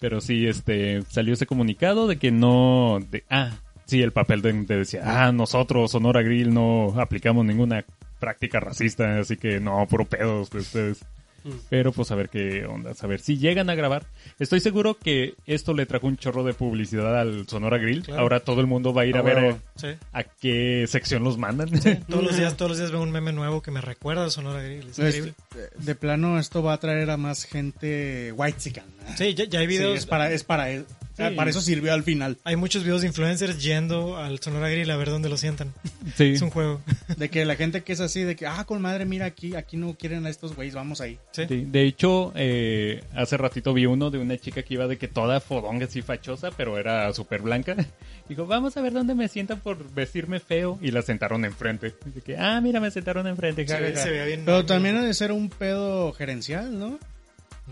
Speaker 6: Pero sí, este, salió ese comunicado de que no, de, ah, sí, el papel de, de decía, ah, nosotros, Sonora Grill, no aplicamos ninguna práctica racista, así que no, puro pedos de ustedes.
Speaker 1: Mm.
Speaker 6: Pero pues a ver qué onda, a ver si llegan a grabar. Estoy seguro que esto le trajo un chorro de publicidad al Sonora Grill.
Speaker 1: Claro.
Speaker 6: Ahora todo el mundo va a ir
Speaker 4: A
Speaker 6: a ver
Speaker 4: huevo.
Speaker 6: a,
Speaker 1: Sí.
Speaker 6: a qué sección los mandan.
Speaker 1: Todos los días, todos los días veo un meme nuevo que me recuerda a Sonora Grill. Es
Speaker 4: No, es-
Speaker 1: increíble.
Speaker 4: Este, de plano, esto va a atraer a más gente white
Speaker 1: Sí, ya, ya hay videos.
Speaker 4: es para, es para, él. O sea,
Speaker 6: Sí.
Speaker 4: para eso sirvió al final.
Speaker 1: Hay muchos videos de influencers yendo al Sonora Grill a ver dónde lo sientan.
Speaker 6: [laughs] Sí.
Speaker 1: Es un juego.
Speaker 4: De que la gente que es así, de que, ah, con madre, mira aquí, aquí no quieren a estos güeyes, vamos ahí.
Speaker 1: Sí.
Speaker 6: Sí, de hecho, eh, hace ratito vi uno de una chica que iba de que toda fodonga así fachosa, pero era súper blanca. [laughs] Dijo, vamos a ver dónde me sientan por vestirme feo. Y la sentaron enfrente. De que, ah, mira, me sentaron enfrente. ja,
Speaker 1: Se, ve-
Speaker 6: ja,
Speaker 1: se
Speaker 6: ja".
Speaker 1: veía bien.
Speaker 4: Pero
Speaker 1: mal,
Speaker 4: también ha de ser un pedo gerencial, ¿no?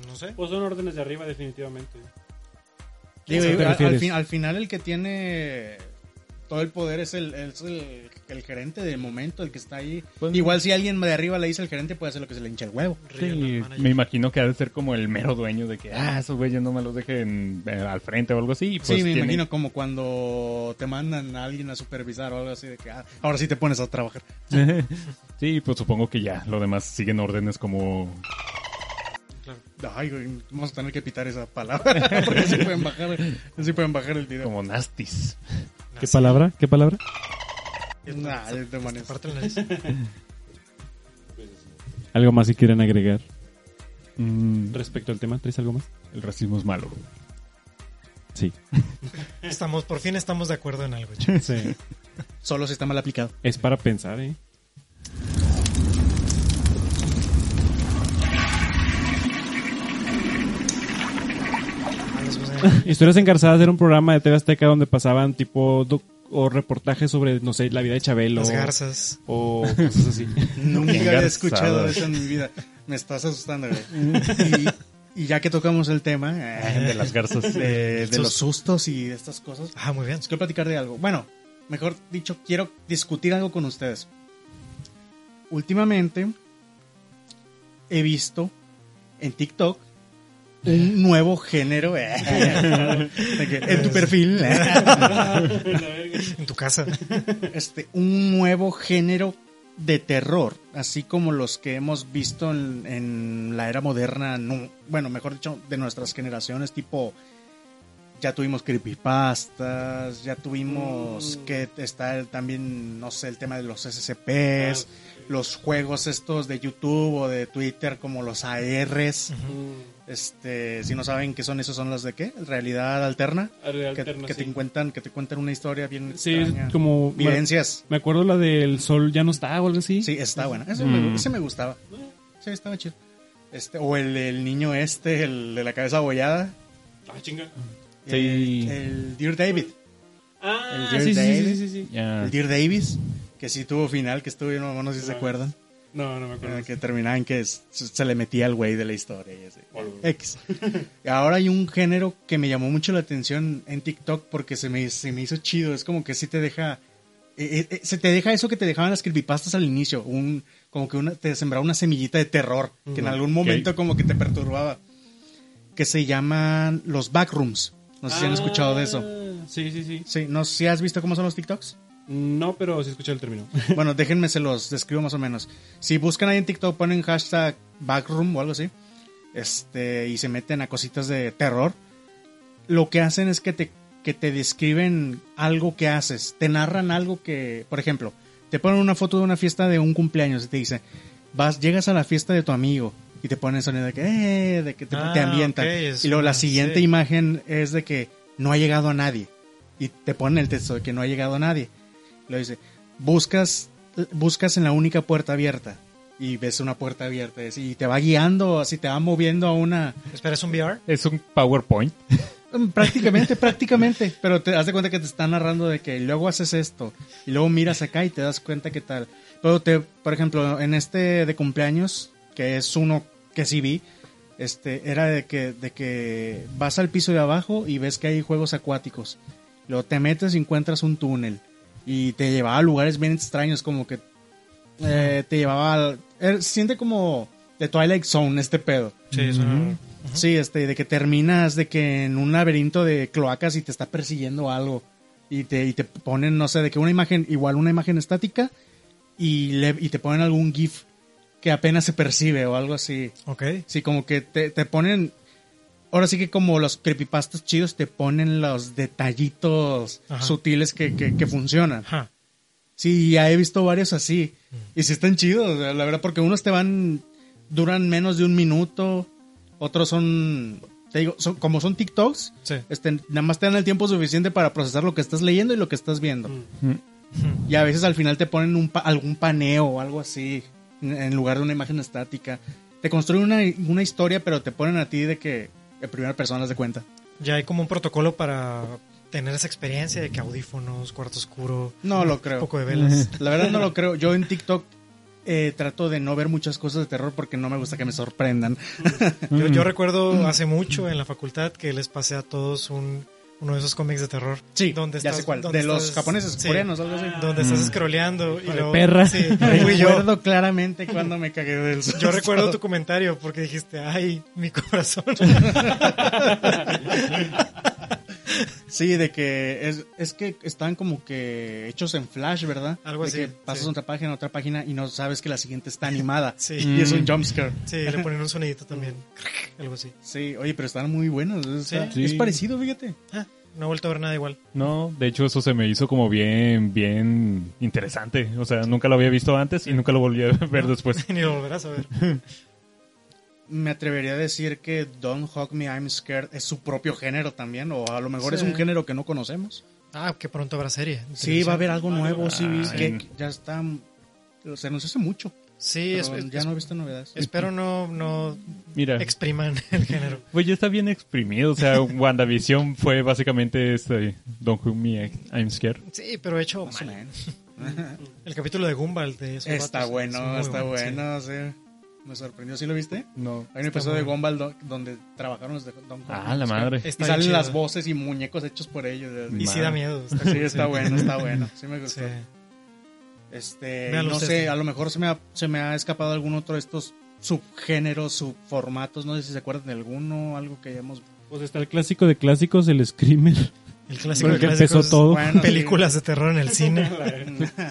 Speaker 1: No sé.
Speaker 5: Pues son órdenes de arriba, definitivamente.
Speaker 4: Digo,
Speaker 5: ¿A qué te
Speaker 4: al,
Speaker 5: refieres?
Speaker 4: al fin- al final el que tiene todo el poder es el, es el, el gerente del momento, el que está ahí.
Speaker 6: Pues-
Speaker 4: Igual si alguien de arriba le dice al gerente, puede hacer lo que se le hincha el huevo.
Speaker 5: Pues
Speaker 6: Sí, me imagino que ha de ser como el mero dueño de que, ah, esos güeyes no me los dejen eh, al frente o algo así. y pues
Speaker 4: sí, me
Speaker 6: tienen-
Speaker 4: imagino como cuando te mandan a alguien a supervisar o algo así de que ah, ahora sí te pones a trabajar.
Speaker 6: sí, pues supongo que ya. Lo demás siguen órdenes como...
Speaker 4: Ay, güey, vamos a tener que pitar esa palabra [laughs] porque sí pueden bajar, sí pueden bajar el video.
Speaker 6: como nastis.
Speaker 5: ¿Qué palabra? ¿Qué palabra?
Speaker 4: Nah, de demonios.
Speaker 1: Parte la nariz.
Speaker 5: ¿Algo más si quieren agregar? Respecto al tema, ¿traes algo más?
Speaker 6: El racismo es malo.
Speaker 5: Sí.
Speaker 1: Estamos, por fin estamos de acuerdo en algo,
Speaker 4: [laughs]
Speaker 1: chicos.
Speaker 4: Solo si está mal aplicado.
Speaker 5: Es para pensar, ¿eh?
Speaker 1: Vamos, José.
Speaker 5: Historias Engarzadas era un programa de TV Azteca donde pasaban tipo doc- o reportajes sobre, no sé, la vida de Chabelo.
Speaker 1: Las garzas.
Speaker 5: O cosas
Speaker 4: [laughs]
Speaker 5: así. [laughs]
Speaker 4: Nunca había
Speaker 6: Engarzado.
Speaker 4: escuchado eso en mi vida. Me estás asustando, güey. Y, y ya que tocamos el tema eh, de, las, [laughs]
Speaker 6: garzas.
Speaker 4: de, de los
Speaker 1: Sus-
Speaker 4: sustos y de estas cosas,
Speaker 1: Ah, muy bien.
Speaker 4: les quiero platicar de algo. Bueno, mejor dicho, quiero discutir algo con ustedes. Últimamente he visto en TikTok un nuevo género eh, [laughs] de que en tu perfil. eh,
Speaker 1: en tu
Speaker 4: [laughs]
Speaker 1: casa.
Speaker 4: este, un nuevo género de terror, así como los que hemos visto en, en la era moderna, no- bueno, mejor dicho, de nuestras generaciones, tipo, ya tuvimos creepypastas, ya tuvimos que está el- también, no sé, el tema de los SCPs, los juegos estos de YouTube o de Twitter como los ARs, este, si no saben qué son esos, son los de qué, realidad alterna, que, que te cuentan, que te cuentan una historia bien
Speaker 5: Sí,
Speaker 4: extraña.
Speaker 5: como...
Speaker 4: Vivencias.
Speaker 5: Me acuerdo la del sol ya no está o algo así.
Speaker 4: Sí, está buena. Eso me,
Speaker 6: Mm.
Speaker 4: ese me gustaba. Sí, estaba chido. Este, o el, el niño este, el de la cabeza abollada.
Speaker 5: Ah, chinga.
Speaker 6: Sí.
Speaker 4: El, el Dear David.
Speaker 5: Ah,
Speaker 4: El
Speaker 5: sí, sí,
Speaker 4: Jared
Speaker 5: sí,
Speaker 4: Davis.
Speaker 5: sí, sí, sí.
Speaker 6: Ya.
Speaker 4: El Dear Davis. Que sí tuvo final, que estuvo bien, no, no sé si se
Speaker 5: Ah.
Speaker 4: acuerdan.
Speaker 5: No, no me acuerdo.
Speaker 4: Eh, Que terminaban que s- se le metía al güey de la historia. y así. X. Ahora hay un género que me llamó mucho la atención en TikTok porque se me, se me hizo chido. Es como que sí te deja. eh, eh, eh, se te deja eso que te dejaban las creepypastas al inicio. Un, como que una, te sembraba una semillita de terror que en algún momento como que te perturbaba. Que se llaman los backrooms. No sé si han
Speaker 5: Ah.
Speaker 4: escuchado de eso.
Speaker 5: Sí, sí, sí.
Speaker 4: Sí, no sé si has visto cómo son los TikToks.
Speaker 5: No, pero sí escuché el término.
Speaker 4: Bueno, déjenme se los describo más o menos. Si buscan ahí en TikTok, ponen hashtag backroom o algo así. Este, y se meten a cositas de terror. Lo que hacen es que te, que te describen algo que haces. Te narran algo que, por ejemplo, te ponen una foto de una fiesta de un cumpleaños y te dice, vas, llegas a la fiesta de tu amigo. Y te ponen sonido de que, eh, de que te,
Speaker 1: Ah,
Speaker 4: te ambientan.
Speaker 1: ok, es
Speaker 4: y luego la
Speaker 1: una-
Speaker 4: siguiente
Speaker 1: sí.
Speaker 4: imagen es de que no ha llegado a nadie. Y te ponen el texto de que no ha llegado a nadie. Lo dice, buscas, buscas en la única puerta abierta. Y ves una puerta abierta es- y te va guiando, así te va moviendo a una...
Speaker 1: Espera, ¿es un VR?
Speaker 6: Es un PowerPoint.
Speaker 4: Mm, Prácticamente, prácticamente. Pero te das de cuenta que te está narrando de que luego haces esto. Y luego miras acá y te das cuenta que tal. Pero te, por ejemplo, en este de cumpleaños, que es uno que sí vi, este, era de que, de que vas al piso de abajo y ves que hay juegos acuáticos. Luego te metes y encuentras un túnel. Y te llevaba a lugares bien extraños, como que eh, te llevaba al. eh, siente como de Twilight Zone este pedo.
Speaker 1: Sí, es una...
Speaker 4: Sí, este, de que terminas de que en un laberinto de cloacas y te está persiguiendo algo. Y te, y te ponen, no sé, de que una imagen, igual una imagen estática, y, le- y te ponen algún GIF que apenas se percibe o algo así.
Speaker 1: Ok.
Speaker 4: Sí, como que te, te ponen. Ahora sí que como los creepypastas chidos te ponen los detallitos
Speaker 1: Ajá.
Speaker 4: sutiles que, que, que funcionan.
Speaker 1: Ajá.
Speaker 4: Sí, ya he visto varios así. Y sí están chidos, o sea, la verdad, porque unos te van, duran menos de un minuto, otros son, te digo, son, como son TikToks,
Speaker 1: Sí.
Speaker 4: este, nada más te dan el tiempo suficiente para procesar lo que estás leyendo y lo que estás viendo.
Speaker 6: Mm.
Speaker 4: Y a veces al final te ponen un pa- algún paneo o algo así, en- en lugar de una imagen estática. Te construyen una, una historia, pero te ponen a ti de que en primera persona haz de cuenta.
Speaker 1: Ya hay como un protocolo para tener esa experiencia de que audífonos, cuarto oscuro,
Speaker 4: No lo creo.
Speaker 1: un poco de velas.
Speaker 4: [laughs] La verdad no lo creo. Yo en TikTok eh, trato de no ver muchas cosas de terror porque no me gusta que
Speaker 1: [laughs]
Speaker 4: me sorprendan.
Speaker 1: Yo, yo
Speaker 4: [laughs]
Speaker 1: recuerdo hace mucho en la facultad que les pasé a todos un, uno de esos cómics de terror.
Speaker 4: Sí,
Speaker 1: ¿Dónde
Speaker 4: ya
Speaker 1: estás-
Speaker 4: sé cuál.
Speaker 1: dónde
Speaker 4: De los
Speaker 1: estás-
Speaker 4: japoneses,
Speaker 1: sí,
Speaker 4: coreanos, algo así. Mm.
Speaker 1: Donde estás escroleando y luego...
Speaker 4: [laughs]
Speaker 5: perra.
Speaker 1: Sí, fui yo.
Speaker 4: Recuerdo claramente cuando me cagué del susto.
Speaker 1: [laughs] Yo recuerdo tu comentario porque dijiste, ay, mi corazón.
Speaker 4: [laughs]
Speaker 1: [laughs]
Speaker 4: Sí, de que es, es que están como que hechos en flash, ¿verdad?
Speaker 1: Algo
Speaker 4: De
Speaker 1: así,
Speaker 4: que pasas
Speaker 1: sí.
Speaker 4: otra página, otra página y no sabes que la siguiente está animada.
Speaker 1: Sí. Mm.
Speaker 4: Y es un jumpscare.
Speaker 1: Sí, le ponen un sonidito también. Algo así.
Speaker 4: Sí, oye, pero están muy buenos. es-
Speaker 1: Sí.
Speaker 6: Sí.
Speaker 4: Es parecido, fíjate.
Speaker 1: Ah, no he vuelto a ver nada igual. [laughs]
Speaker 6: No, de hecho eso se me hizo como bien, bien interesante. O sea, nunca lo había visto antes y nunca lo volví a ver después.
Speaker 1: Ni lo volverás a ver.
Speaker 4: Me atrevería a decir que Don't Hug Me, I'm Scared es su propio género también, o a lo mejor es
Speaker 1: Sí.
Speaker 4: un género que no conocemos.
Speaker 1: Ah, que pronto habrá serie. en
Speaker 4: Sí,
Speaker 1: televisión.
Speaker 4: va a haber algo nuevo, sí, vi
Speaker 6: Ay.
Speaker 4: que ya está, se anunció hace mucho,
Speaker 1: Sí,
Speaker 4: pero
Speaker 1: es- es-
Speaker 4: ya no he visto novedades.
Speaker 1: espero no, no
Speaker 6: Mira,
Speaker 1: expriman el género.
Speaker 6: pues ya está bien exprimido. O sea, WandaVision fue básicamente este Don't Hug Me, I'm Scared.
Speaker 1: Sí, pero hecho
Speaker 4: [laughs] Más o
Speaker 1: mal. [laughs]
Speaker 4: menos. [laughs]
Speaker 1: El capítulo de Gumball de esos
Speaker 4: Está
Speaker 1: vatos es
Speaker 4: bueno,
Speaker 1: muy
Speaker 4: está
Speaker 1: sí.
Speaker 4: bueno, sí. Me sorprendió, ¿sí lo viste?
Speaker 6: No.
Speaker 4: Hay un
Speaker 1: Está
Speaker 4: episodio de
Speaker 1: bueno.
Speaker 4: Gumball do- donde trabajaron los de Don
Speaker 6: Ah, la madre.
Speaker 4: Y
Speaker 1: Está bien
Speaker 4: salen
Speaker 1: chido.
Speaker 4: las voces y muñecos hechos por ellos.
Speaker 1: Y sí
Speaker 6: Madre.
Speaker 1: da miedo. Está
Speaker 4: Sí,
Speaker 1: cool,
Speaker 4: está
Speaker 1: sí.
Speaker 4: bueno, está bueno. Sí me
Speaker 1: Sí.
Speaker 4: gustó. Este,
Speaker 1: Véanlo
Speaker 4: no
Speaker 1: ustedes.
Speaker 4: sé, a lo mejor se me, ha, se me ha escapado algún otro de estos subgéneros, subformatos. No sé si se acuerdan de alguno, algo que hayamos
Speaker 5: [laughs] Pues está el clásico de clásicos, el Screamer.
Speaker 1: El clásico
Speaker 5: Con
Speaker 1: de
Speaker 5: el que
Speaker 1: clásicos,
Speaker 5: empezó
Speaker 4: [laughs]
Speaker 5: todo.
Speaker 4: Bueno,
Speaker 1: películas de terror
Speaker 4: [laughs]
Speaker 1: en el cine.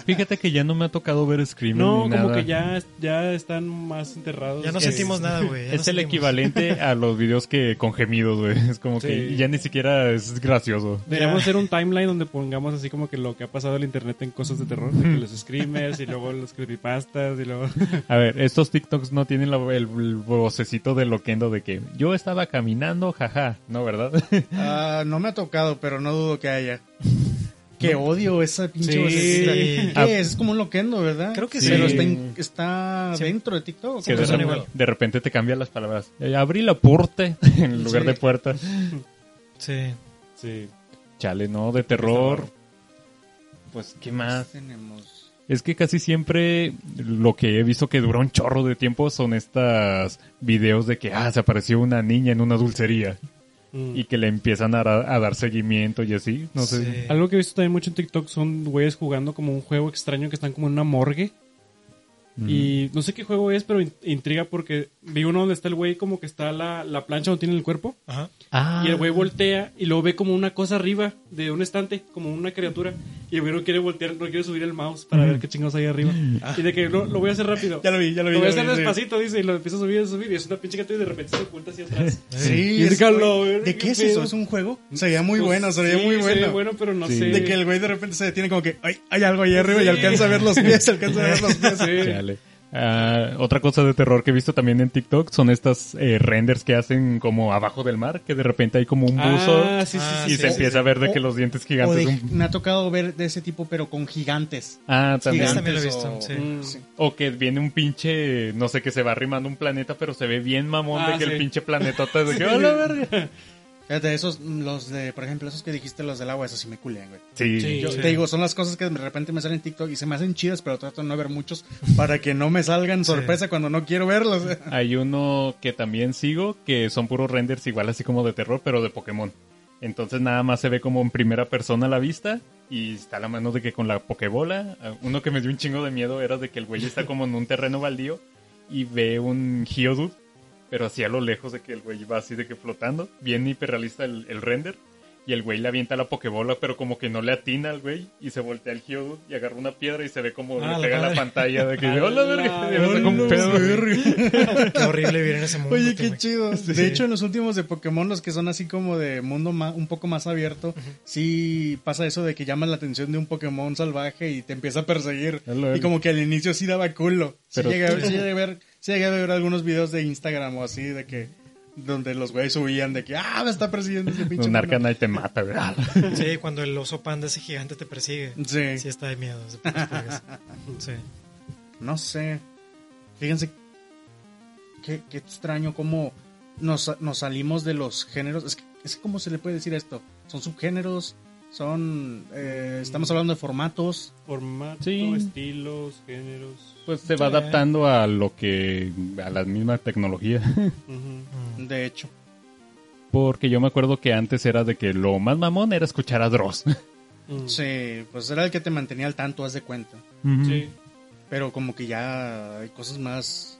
Speaker 6: Fíjate que ya no me ha tocado ver
Speaker 5: [laughs]
Speaker 6: Scream.
Speaker 5: No, como que ya, ya están más enterrados.
Speaker 1: Ya no
Speaker 5: Es-
Speaker 1: sentimos nada, güey. ya no
Speaker 6: Es el
Speaker 1: sentimos.
Speaker 6: equivalente a los videos que con gemidos, güey. Es como que
Speaker 5: Sí.
Speaker 6: ya ni siquiera es gracioso.
Speaker 5: Deberíamos hacer un timeline donde pongamos así como que lo que ha pasado en el internet en cosas de terror, de que los [laughs] screamers y luego los creepypastas y luego... [laughs]
Speaker 6: A ver, estos TikToks no tienen la- el, el vocecito de loquendo de que yo estaba caminando, jaja. No, ¿verdad? [laughs]
Speaker 4: Ah, no me ha tocado, pero no dudo que
Speaker 5: [laughs]
Speaker 4: haya. Que odio esa pinche
Speaker 5: Sí.
Speaker 4: vocecita.
Speaker 6: Ah.
Speaker 4: ¿Qué es? Es como un loquendo, ¿verdad?
Speaker 1: Creo que
Speaker 6: sí.
Speaker 4: Pero está, en- está dentro de TikTok.
Speaker 6: que de,
Speaker 1: Son
Speaker 6: rep-
Speaker 1: igual.
Speaker 6: de repente te cambian las palabras. Eh, Abrí la puerta [laughs] en lugar
Speaker 4: Sí.
Speaker 6: de puerta.
Speaker 1: Sí.
Speaker 5: Sí.
Speaker 6: Chale, no, de terror. Pues, ¿qué
Speaker 1: Ah.
Speaker 6: más?
Speaker 4: Tenemos.
Speaker 6: Es que casi siempre lo que he visto que duró un chorro de tiempo son estas videos de que, ah, se apareció una niña en una dulcería
Speaker 5: Mm.
Speaker 6: y que le empiezan a, dar- a dar seguimiento y así. No sé.
Speaker 1: Sí.
Speaker 5: Algo que he visto también mucho en TikTok son güeyes jugando como un juego extraño que están como en una morgue.
Speaker 6: Ujú.
Speaker 5: Y no sé qué juego es, pero in- intriga porque vi uno donde está el güey como que está la, la plancha donde tiene el cuerpo.
Speaker 1: Ajá.
Speaker 6: Ah.
Speaker 5: Y el güey voltea y luego ve como una cosa arriba de un estante, como una criatura. Y el güey no quiere voltear, no quiere subir el mouse para ver qué chingados hay arriba.
Speaker 6: Mm.
Speaker 5: Y de que lo, lo voy a hacer rápido.
Speaker 4: Ya lo vi, ya lo vi.
Speaker 5: Lo voy a
Speaker 4: ya
Speaker 5: hacer
Speaker 4: lo vi, sí.
Speaker 5: despacito, dice, y lo empieza a subir, a subir, y es una pinche gato y de repente se oculta hacia atrás.
Speaker 4: Sí,
Speaker 5: Y
Speaker 4: es-
Speaker 5: déjalo,
Speaker 4: oye,
Speaker 5: ver,
Speaker 4: ¿De qué
Speaker 5: qué
Speaker 4: es eso?
Speaker 5: pedo.
Speaker 4: ¿Es un juego? Se veía [laughs] muy
Speaker 5: Pues,
Speaker 4: bueno, se veía
Speaker 5: sí,
Speaker 4: muy bueno.
Speaker 5: veía bueno, pero no
Speaker 6: Sí.
Speaker 5: sé.
Speaker 4: De que el güey de repente se detiene como que, ay, hay algo ahí arriba y
Speaker 5: Sí.
Speaker 4: alcanza a ver los pies, alcanza a ver
Speaker 5: [laughs]
Speaker 4: los pies.
Speaker 5: Sí.
Speaker 6: Chale. Ah, otra cosa de terror que he visto también en TikTok son estas eh, renders que hacen como abajo del mar, que de repente hay como un buzo
Speaker 5: Ah, sí, sí,
Speaker 1: Ah,
Speaker 5: sí.
Speaker 6: y
Speaker 5: sí.
Speaker 6: se
Speaker 4: sí,
Speaker 6: empieza
Speaker 4: sí.
Speaker 6: a ver de que
Speaker 4: O-
Speaker 6: los dientes
Speaker 4: O
Speaker 6: gigantes.
Speaker 4: de-
Speaker 6: un-
Speaker 4: me ha tocado ver de ese tipo, pero con gigantes.
Speaker 6: Ah, también.
Speaker 4: Gigantes
Speaker 1: también lo he
Speaker 4: o-
Speaker 1: visto, sí.
Speaker 5: Mm.
Speaker 4: sí.
Speaker 6: O que viene un pinche, no sé, que se va arrimando un planeta, pero se ve bien mamón
Speaker 5: Ah,
Speaker 6: de que
Speaker 5: sí.
Speaker 6: el pinche
Speaker 5: [laughs]
Speaker 6: planetota es de que, "Hola, verga".
Speaker 4: Fíjate, esos, los de, por ejemplo, esos que dijiste, los del agua, esos sí me culean, güey.
Speaker 6: Sí,
Speaker 5: Sí.
Speaker 4: Yo te digo, son las cosas que de repente me salen en TikTok y se me hacen chidas, pero trato de no ver muchos para que no me salgan sorpresa cuando no quiero verlos.
Speaker 6: Hay uno que también sigo, que son puros renders igual así como de terror, pero de Pokémon. Entonces nada más se ve como en primera persona a la vista y está la mano de que con la Pokébola. ah, Uno que me dio un chingo de miedo era de que el güey está como en un terreno baldío y ve un Geodude, pero así a lo lejos de que el güey va así de que flotando. Bien hiperrealista el, el render. Y el güey le avienta la Pokébola, pero como que no le atina al güey. Y se voltea el Geodude y agarra una piedra y se ve como
Speaker 1: Ah, la
Speaker 6: le pega la
Speaker 1: madre.
Speaker 6: pantalla de que...
Speaker 5: A
Speaker 6: ¡Hola,
Speaker 5: la
Speaker 6: verga! [laughs] y me saca un
Speaker 4: Hola,
Speaker 6: pedo.
Speaker 4: verga.
Speaker 1: [laughs] Qué horrible vivir en ese mundo.
Speaker 4: Oye,
Speaker 1: que
Speaker 4: qué
Speaker 1: me-
Speaker 4: chido. De hecho, en los últimos de Pokémon, los que son así como de mundo ma- un poco más abierto, sí pasa eso de que llamas la atención de un Pokémon salvaje y te empieza a perseguir.
Speaker 6: Hola.
Speaker 4: Y como que al inicio sí daba culo. Sí
Speaker 6: Pero-
Speaker 4: llegué, a ver- sí llegué a ver, sí llegué a ver algunos videos de Instagram o así de que donde los güeyes subían de que ah me está persiguiendo ese pinche Ah,
Speaker 6: Un
Speaker 4: mono".
Speaker 6: arcana y te mata, ¿verdad?
Speaker 1: Sí, cuando el oso panda ese gigante te persigue.
Speaker 4: Sí.
Speaker 1: Sí, está de miedo. se pone las pulgas. Sí.
Speaker 4: No sé. Fíjense qué, qué extraño cómo nos, nos salimos de los géneros. Es que, es que ¿cómo se le puede decir esto? Son subgéneros, son... eh, estamos hablando de formatos.
Speaker 5: Formato,
Speaker 6: Sí.
Speaker 5: estilos, géneros.
Speaker 6: Pues se va adaptando a lo que. a la misma tecnología. [laughs]
Speaker 5: Ujú.
Speaker 4: De hecho,
Speaker 6: Porque yo me acuerdo que antes era de que lo más mamón era escuchar a Dross. [laughs]
Speaker 5: Mm.
Speaker 4: sí, pues era el que te mantenía al tanto, haz de cuenta. Mm.
Speaker 5: Sí.
Speaker 4: Pero como que ya hay cosas más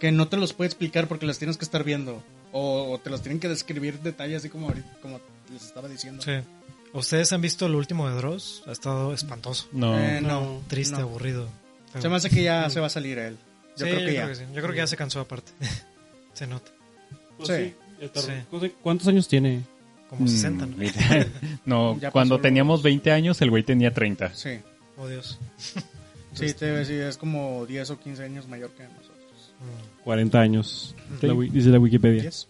Speaker 4: que no te los puede explicar porque las tienes que estar viendo. O, o te los tienen que describir detalles así como ahorita, como les estaba diciendo.
Speaker 1: Sí. ¿Ustedes han visto el último de Dross? Ha estado espantoso.
Speaker 6: No.
Speaker 4: Eh, no,
Speaker 5: No,
Speaker 1: Triste,
Speaker 4: no.
Speaker 1: aburrido. feo.
Speaker 4: Se me hace que ya se va a salir él. Yo
Speaker 1: Sí,
Speaker 4: creo que ya.
Speaker 1: sí. Yo creo que ya se cansó aparte. [laughs] se nota.
Speaker 5: Pues
Speaker 4: Sí.
Speaker 5: sí, ya está.
Speaker 1: Sí.
Speaker 5: No sé, ¿Cuántos años tiene?
Speaker 4: Mm.
Speaker 1: Como 60, ¿no?
Speaker 6: Mm. [laughs] no,
Speaker 4: Ya pasó
Speaker 6: cuando
Speaker 4: lo-
Speaker 6: teníamos 20 años, el güey tenía 30.
Speaker 4: Sí.
Speaker 1: Oh, Dios.
Speaker 4: Sí, te iba a decir, es como 10 o 15 años mayor que nosotros.
Speaker 1: Mm.
Speaker 5: 40 años. La wi- dice la Wikipedia.
Speaker 4: 10.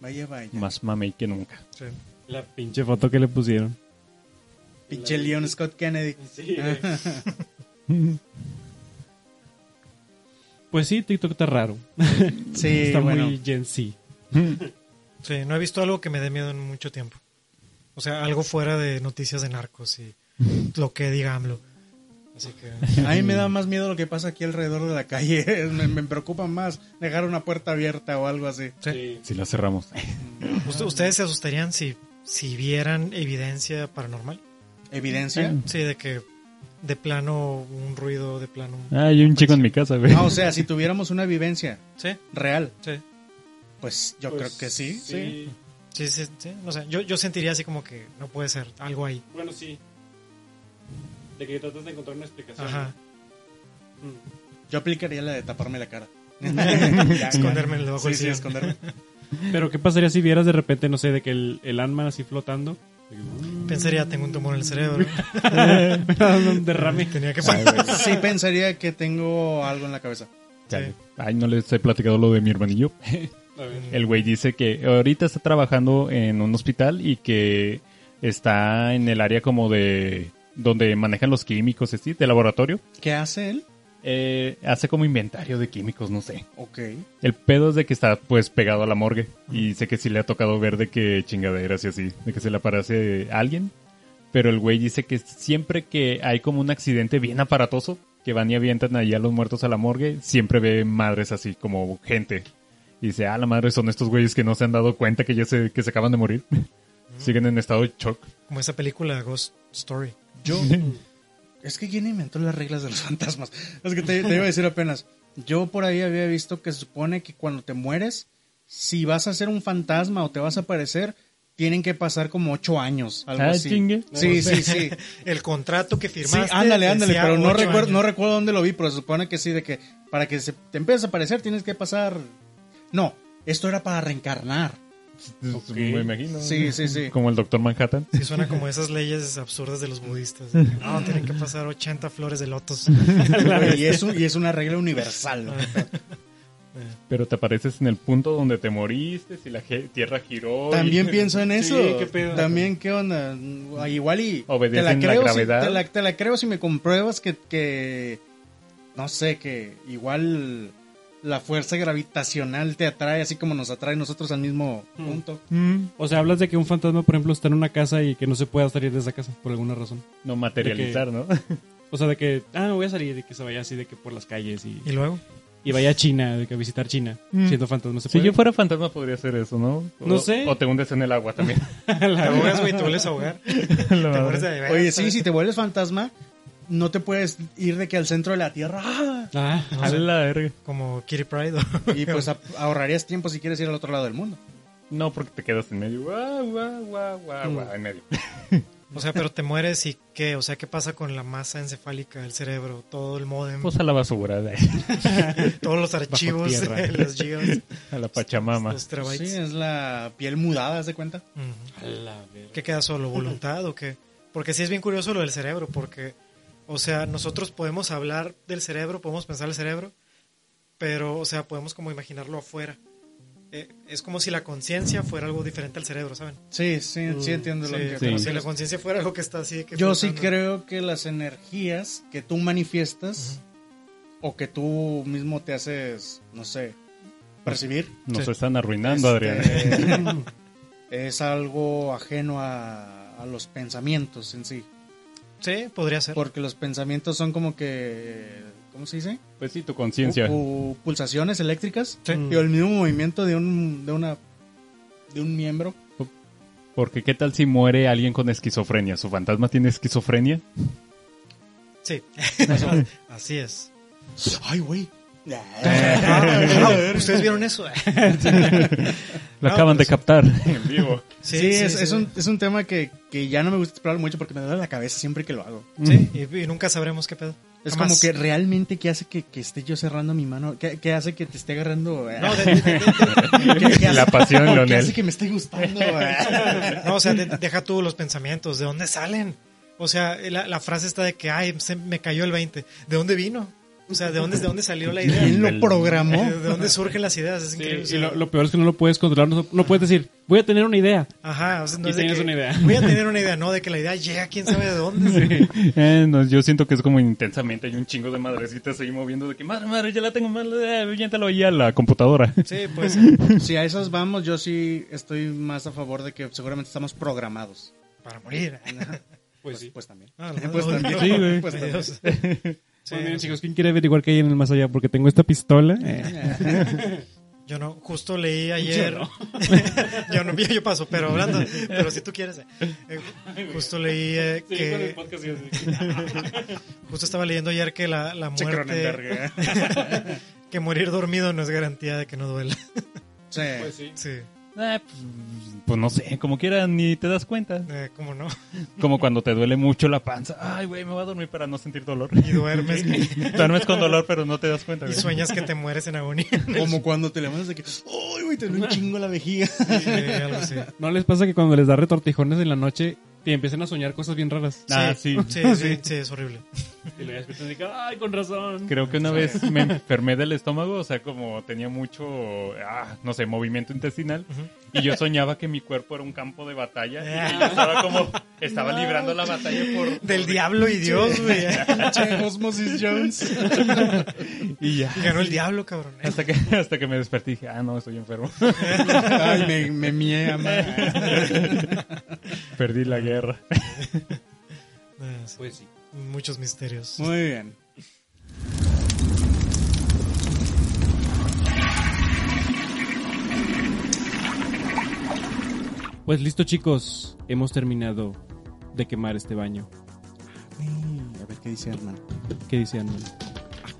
Speaker 4: Vaya, vaya.
Speaker 6: Más mamey que nunca.
Speaker 1: Sí.
Speaker 5: La pinche foto que le pusieron.
Speaker 4: Pinche Leon Scott Kennedy.
Speaker 5: Sí. [laughs] pues sí, TikTok está raro.
Speaker 4: Sí,
Speaker 5: está
Speaker 4: bueno.
Speaker 5: muy Gen Z.
Speaker 1: Sí, no he visto algo que me dé miedo en mucho tiempo. O sea, algo fuera de noticias de narcos y lo que diga AMLO. Así que.
Speaker 4: A mí me da más miedo lo que pasa aquí alrededor de la calle. [laughs] me, me preocupa más dejar una puerta abierta o algo así.
Speaker 1: Sí.
Speaker 6: Si la cerramos.
Speaker 1: ¿Ust- ¿Ustedes se asustarían si, si vieran evidencia paranormal?
Speaker 5: Eh.
Speaker 4: Evidencia.
Speaker 1: Sí, de que de plano un ruido, de plano... un-
Speaker 6: Ah, hay un chico en mi casa, güey. [laughs]
Speaker 4: Ah, o sea, si tuviéramos una vivencia
Speaker 1: Sí,
Speaker 4: real,
Speaker 1: sí.
Speaker 4: pues yo creo que sí. sí.
Speaker 1: Sí, sí, sí, no sé, yo, yo sentiría así como que no puede ser, algo ahí.
Speaker 5: Bueno, sí. De que tratas de encontrar una explicación.
Speaker 1: Ajá,
Speaker 4: Yo aplicaría la de taparme la cara. [laughs]
Speaker 1: esconderme debajo
Speaker 4: Sí,
Speaker 1: del
Speaker 4: sí,
Speaker 1: sillón.
Speaker 4: esconderme.
Speaker 5: Pero ¿qué pasaría si vieras de repente, no sé, de que el, el Ant-Man así flotando? [laughs]
Speaker 1: Pensaría, tengo un tumor en el
Speaker 4: [laughs]
Speaker 1: cerebro.
Speaker 5: un derrame.
Speaker 1: Tenía que pasar.
Speaker 4: Sí, pensaría que tengo algo en la cabeza.
Speaker 1: Sí.
Speaker 6: Ay, no les he platicado lo de mi hermanillo. El güey dice que ahorita está trabajando en un hospital y que está en el área como de donde manejan los químicos, ¿sí? De laboratorio.
Speaker 4: ¿Qué hace él?
Speaker 6: Eh, hace como inventario de químicos, no sé.
Speaker 4: Ok.
Speaker 6: El pedo es de que está pues pegado a la morgue y sé que sí le ha tocado ver de que chingaderas y así, de que se le aparece alguien. Pero el güey dice que siempre que hay como un accidente bien aparatoso, que van y avientan ahí a los muertos a la morgue, siempre ve madres así como gente. Y dice, ah, la madre son estos güeyes que no se han dado cuenta que ya se, que se acaban de morir. Siguen en estado de shock.
Speaker 1: Como esa película Ghost Story. [laughs]
Speaker 4: Yo. es que quién inventó las reglas de los fantasmas. Es que te, te iba a decir apenas. Yo por ahí había visto que se supone que cuando te mueres, si vas a ser un fantasma o te vas a aparecer, tienen que pasar como ocho años. Algo
Speaker 6: Ah,
Speaker 4: así.
Speaker 6: chingue.
Speaker 4: Sí, sí, sí.
Speaker 1: [laughs] El contrato que
Speaker 4: Sí,
Speaker 1: Pues, firmaste.
Speaker 4: ándale,
Speaker 1: decía
Speaker 4: ándale, pero no
Speaker 1: ocho
Speaker 4: recuerdo,
Speaker 1: años.
Speaker 4: no recuerdo dónde lo vi, pero se supone que sí, de que para que se te empieces a aparecer tienes que pasar... No, esto era para reencarnar.
Speaker 6: Me imagino.
Speaker 4: Sí, sí, sí.
Speaker 6: Como el doctor Manhattan.
Speaker 1: Sí, suena como esas leyes absurdas de los budistas. No, tienen que pasar 80 flores de lotos. [laughs]
Speaker 4: y, es un- y es una regla universal. ¿no?
Speaker 6: Pero te apareces en el punto donde te moriste, si la ge- tierra giró. y- [laughs]
Speaker 4: También pienso en eso.
Speaker 5: Sí, qué pedo.
Speaker 4: También, ¿qué onda? Ah, Igual y...
Speaker 6: Obedecen la gravedad.
Speaker 4: Si, te, la, te la creo si me compruebas que, que... No sé, que igual la fuerza gravitacional te atrae así como nos atrae nosotros al mismo
Speaker 1: Mm.
Speaker 4: punto.
Speaker 5: O sea, hablas de que un fantasma, por ejemplo, está en una casa y que no se pueda salir de esa casa por alguna razón.
Speaker 6: No materializar, ¿no?
Speaker 5: O sea, de que, ah, no voy a salir y que se vaya así de que por las calles y,
Speaker 1: Y luego,
Speaker 5: y vaya a China, de que a visitar China, siendo fantasma. ¿se
Speaker 6: Si
Speaker 5: puede? [laughs]
Speaker 6: yo fuera fantasma podría hacer eso, ¿no? O-
Speaker 5: No sé.
Speaker 6: O te hundes en el agua también. [laughs]
Speaker 1: te ahogas, güey, te vuelves a ahogar. Te mueres de veras, eh.
Speaker 4: Oye, sí,
Speaker 1: ¿sabes?
Speaker 4: si te vuelves fantasma, no te puedes ir de que al centro de la Tierra.
Speaker 1: [laughs]
Speaker 4: ¡ah!
Speaker 5: Ah, no
Speaker 6: A
Speaker 5: sé.
Speaker 6: la verga.
Speaker 1: Como Kitty Pride.
Speaker 4: Y pues a- ahorrarías tiempo si quieres ir al otro lado del mundo.
Speaker 6: No, porque te quedas en medio. Guau, guau, guau, guau, guau, en medio.
Speaker 1: O sea, pero te mueres y qué? O sea, ¿qué pasa con la masa encefálica del cerebro? Todo el módem,
Speaker 6: Pues a la basura, de-
Speaker 1: todos los archivos, [laughs]
Speaker 6: tierra.
Speaker 1: los gigas,
Speaker 6: [laughs] a la pachamama.
Speaker 1: los terabytes.
Speaker 4: Sí, es la piel mudada, ¿haz de cuenta?
Speaker 1: Ujú. ¿Qué queda solo? ¿Voluntad o qué? Porque sí es bien curioso lo del cerebro, porque, o sea, nosotros podemos hablar del cerebro, podemos pensar el cerebro, pero, o sea, podemos como imaginarlo afuera. Eh, es como si la conciencia fuera algo diferente al cerebro, ¿saben?
Speaker 4: Sí, sí, sí entiendo
Speaker 1: Uh,
Speaker 4: lo
Speaker 1: Sí, como
Speaker 4: que te
Speaker 1: si la
Speaker 4: refieres.
Speaker 1: conciencia fuera algo que está así. de que
Speaker 4: Yo sí
Speaker 1: flotando.
Speaker 4: creo que las energías que tú manifiestas o que tú mismo te haces, no sé, percibir,
Speaker 6: Nos
Speaker 1: Sí.
Speaker 6: están arruinando, Adrián. [laughs]
Speaker 4: este, es algo ajeno a, a los pensamientos en sí.
Speaker 1: Sí, podría ser.
Speaker 4: Porque los pensamientos son como que, ¿cómo se dice?
Speaker 6: Pues sí, tu conciencia.
Speaker 4: pu- pulsaciones eléctricas
Speaker 1: Sí.
Speaker 4: y el mismo movimiento de un de una de un miembro
Speaker 6: Porque qué tal si muere alguien con esquizofrenia. ¿Su fantasma tiene esquizofrenia? [laughs]
Speaker 4: [laughs]
Speaker 1: Sí. así es.
Speaker 4: ay güey [laughs]
Speaker 1: Ah, ¿Ustedes vieron eso?
Speaker 6: La
Speaker 1: No,
Speaker 6: acaban
Speaker 1: pues-
Speaker 6: de captar. En vivo.
Speaker 4: sí, es, es un, es un tema que, que ya no me gusta explorar mucho porque me duele la cabeza siempre que lo hago
Speaker 1: Sí, y, y nunca sabremos qué pedo.
Speaker 4: es
Speaker 1: Jamás.
Speaker 4: como que realmente qué hace que, que esté yo cerrando mi mano qué, qué hace que te esté agarrando eh? [laughs]
Speaker 1: No, de- de- de-
Speaker 4: ¿Qué- qué hace-
Speaker 6: La pasión,
Speaker 4: no, qué
Speaker 6: Leonel.
Speaker 4: hace que me esté gustando eh?
Speaker 1: [laughs] [laughs] No, o sea, de- deja tú los pensamientos, ¿de dónde salen? O sea, la, la frase está de que, ay, se me cayó el 20. ¿De dónde vino? O sea, ¿de dónde, de dónde salió la idea?
Speaker 4: [laughs] quién [laughs] lo
Speaker 6: Del-
Speaker 1: [laughs]
Speaker 4: programó
Speaker 1: Eh, ¿De dónde surgen las ideas? Es increíble. o
Speaker 5: Sí,
Speaker 1: sea,
Speaker 5: y lo, lo peor es que no lo puedes controlar. No, no puedes decir, voy a tener una idea.
Speaker 1: Ajá, o sea, no
Speaker 5: Y
Speaker 1: es de
Speaker 5: tienes
Speaker 1: que-
Speaker 5: una idea.
Speaker 1: Voy a tener una idea, ¿no? De que la idea llega, quién sabe de
Speaker 5: [laughs]
Speaker 1: dónde.
Speaker 6: [laughs] Eh, no, yo siento que es como intensamente. Hay un chingo de madrecitas ahí moviendo de que madre, madre, ya la tengo mal. Eh, aviéntalo ahí a la computadora.
Speaker 1: Sí, pues. eh,
Speaker 4: si a esas vamos yo sí estoy más a favor de que seguramente estamos programados
Speaker 1: Para morir.
Speaker 5: Pues sí.
Speaker 4: pues también [laughs]
Speaker 1: Ah, no,
Speaker 4: Pues
Speaker 1: no,
Speaker 4: también.
Speaker 1: no,
Speaker 4: Sí, güey.
Speaker 1: pues también. [laughs] Sí,
Speaker 5: [laughs] Pues miren, chicos, ¿quién quiere averiguar qué hay en el más allá? Porque tengo esta pistola. Eh.
Speaker 1: Yo no, justo leí ayer. Yo no, [laughs] yo, yo paso, pero hablando, [laughs] pero si tú quieres. eh. Eh, justo leí eh, que. justo estaba leyendo ayer que la,
Speaker 4: [laughs]
Speaker 1: la
Speaker 4: Che,
Speaker 1: muerte.
Speaker 4: Cronenberg, ¿eh?
Speaker 1: Que morir dormido no es garantía de que no duela.
Speaker 4: Sí.
Speaker 1: Pues Sí,
Speaker 6: Ah, pues, pues no sé, como quiera, ni te das cuenta.
Speaker 1: eh, ¿cómo no? [laughs]
Speaker 6: Como cuando te duele mucho la panza. Ay, güey, me voy a dormir para no sentir dolor.
Speaker 1: Y duermes y,
Speaker 6: Duermes con dolor, pero no te das cuenta.
Speaker 1: y
Speaker 6: güey.
Speaker 1: sueñas que te mueres en agonía.
Speaker 4: Como cuando te levantas de que, ¡ay, güey! Te duele un chingo
Speaker 1: [laughs]
Speaker 4: la vejiga.
Speaker 1: [laughs]
Speaker 4: [laughs]
Speaker 1: Sí, algo así.
Speaker 5: ¿No les pasa que cuando les da retortijones en la noche te empiezan a soñar cosas bien raras?
Speaker 6: Ah, sí. [laughs]
Speaker 1: Sí, sí, sí, es horrible.
Speaker 5: Y le despiertas y dices, ay, con razón.
Speaker 6: Creo que una vez me enfermé del estómago, o sea, como tenía mucho, ah, no sé, movimiento intestinal, y yo soñaba que mi cuerpo era un campo de batalla, y yo estaba como, estaba librando la batalla por...
Speaker 1: Del diablo y Dios,
Speaker 5: [laughs]
Speaker 1: güey.
Speaker 4: Che, Osmosis Jones.
Speaker 6: Y ya,
Speaker 1: Ganó el diablo, cabrón. eh.
Speaker 6: hasta que, hasta que me desperté y dije, ah, no, estoy enfermo. [laughs]
Speaker 4: Ay, me, me mié, ama.
Speaker 6: Perdí la guerra.
Speaker 1: Ah, sí.
Speaker 5: Pues sí.
Speaker 1: Muchos misterios.
Speaker 4: Muy bien.
Speaker 5: Pues listo, chicos. Hemos terminado de quemar este baño.
Speaker 4: Mm, A ver qué dice Hernán.
Speaker 5: ¿Qué dice Anuel?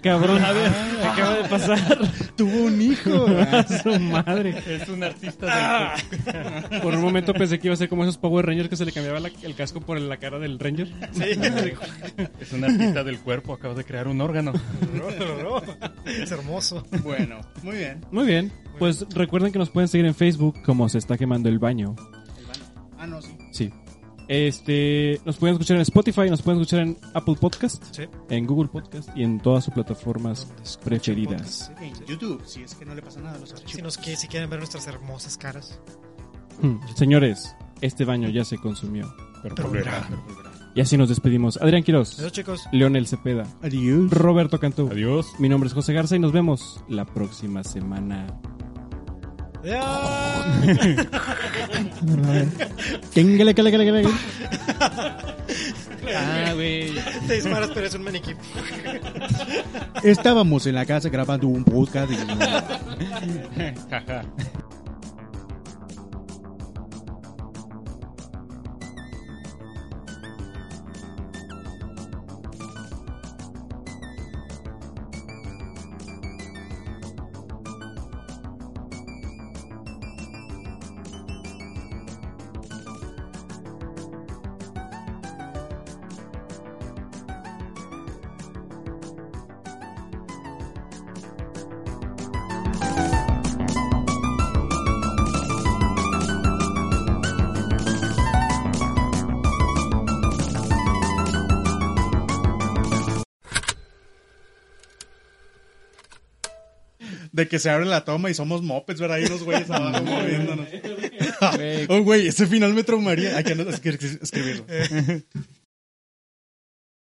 Speaker 5: Cabrón, a ver, acaba de pasar
Speaker 4: Ah, [laughs] Tuvo un hijo.
Speaker 5: [laughs] a su madre.
Speaker 6: Es un artista del...
Speaker 5: Por un momento pensé que iba a ser como esos Power Rangers que se le cambiaba la- el casco por la cara del Ranger.
Speaker 6: Es un artista del cuerpo, acabas de crear un órgano.
Speaker 1: Lo logró. Es hermoso.
Speaker 4: Bueno, muy bien.
Speaker 5: Muy bien, pues recuerden que nos pueden seguir en Facebook como se está quemando el baño.
Speaker 4: Ah, no, sí.
Speaker 5: Sí. Este, nos pueden escuchar en Spotify, nos pueden escuchar en Apple Podcast,
Speaker 1: Sí.
Speaker 5: en Google Podcast y en todas sus plataformas preferidas.
Speaker 1: Podcast,
Speaker 4: En YouTube, si es que no le pasa nada a los
Speaker 1: sí. Si,
Speaker 4: archivos.
Speaker 1: nos, qui- si quieren ver nuestras hermosas caras.
Speaker 5: Hmm, Señores, este baño ya se consumió.
Speaker 1: Pero volverá.
Speaker 5: Y así nos despedimos. Adrián Quiroz,
Speaker 1: Eso, chicos.
Speaker 5: Leonel Cepeda,
Speaker 4: Adiós.
Speaker 5: Roberto Cantú.
Speaker 6: Adiós.
Speaker 5: Mi nombre es José Garza y nos vemos la próxima semana.
Speaker 1: Adiós.
Speaker 6: Ah, güey.
Speaker 1: Te disparas, pero es un maniquí.
Speaker 4: Estábamos en la casa grabando un podcast. y-
Speaker 6: Jaja.
Speaker 4: De que se abre la toma y somos mopeds, ¿verdad? Hay unos güeyes abajo [laughs] moviéndonos. oh, güey, ese final me traumaría. Hay que escribirlo.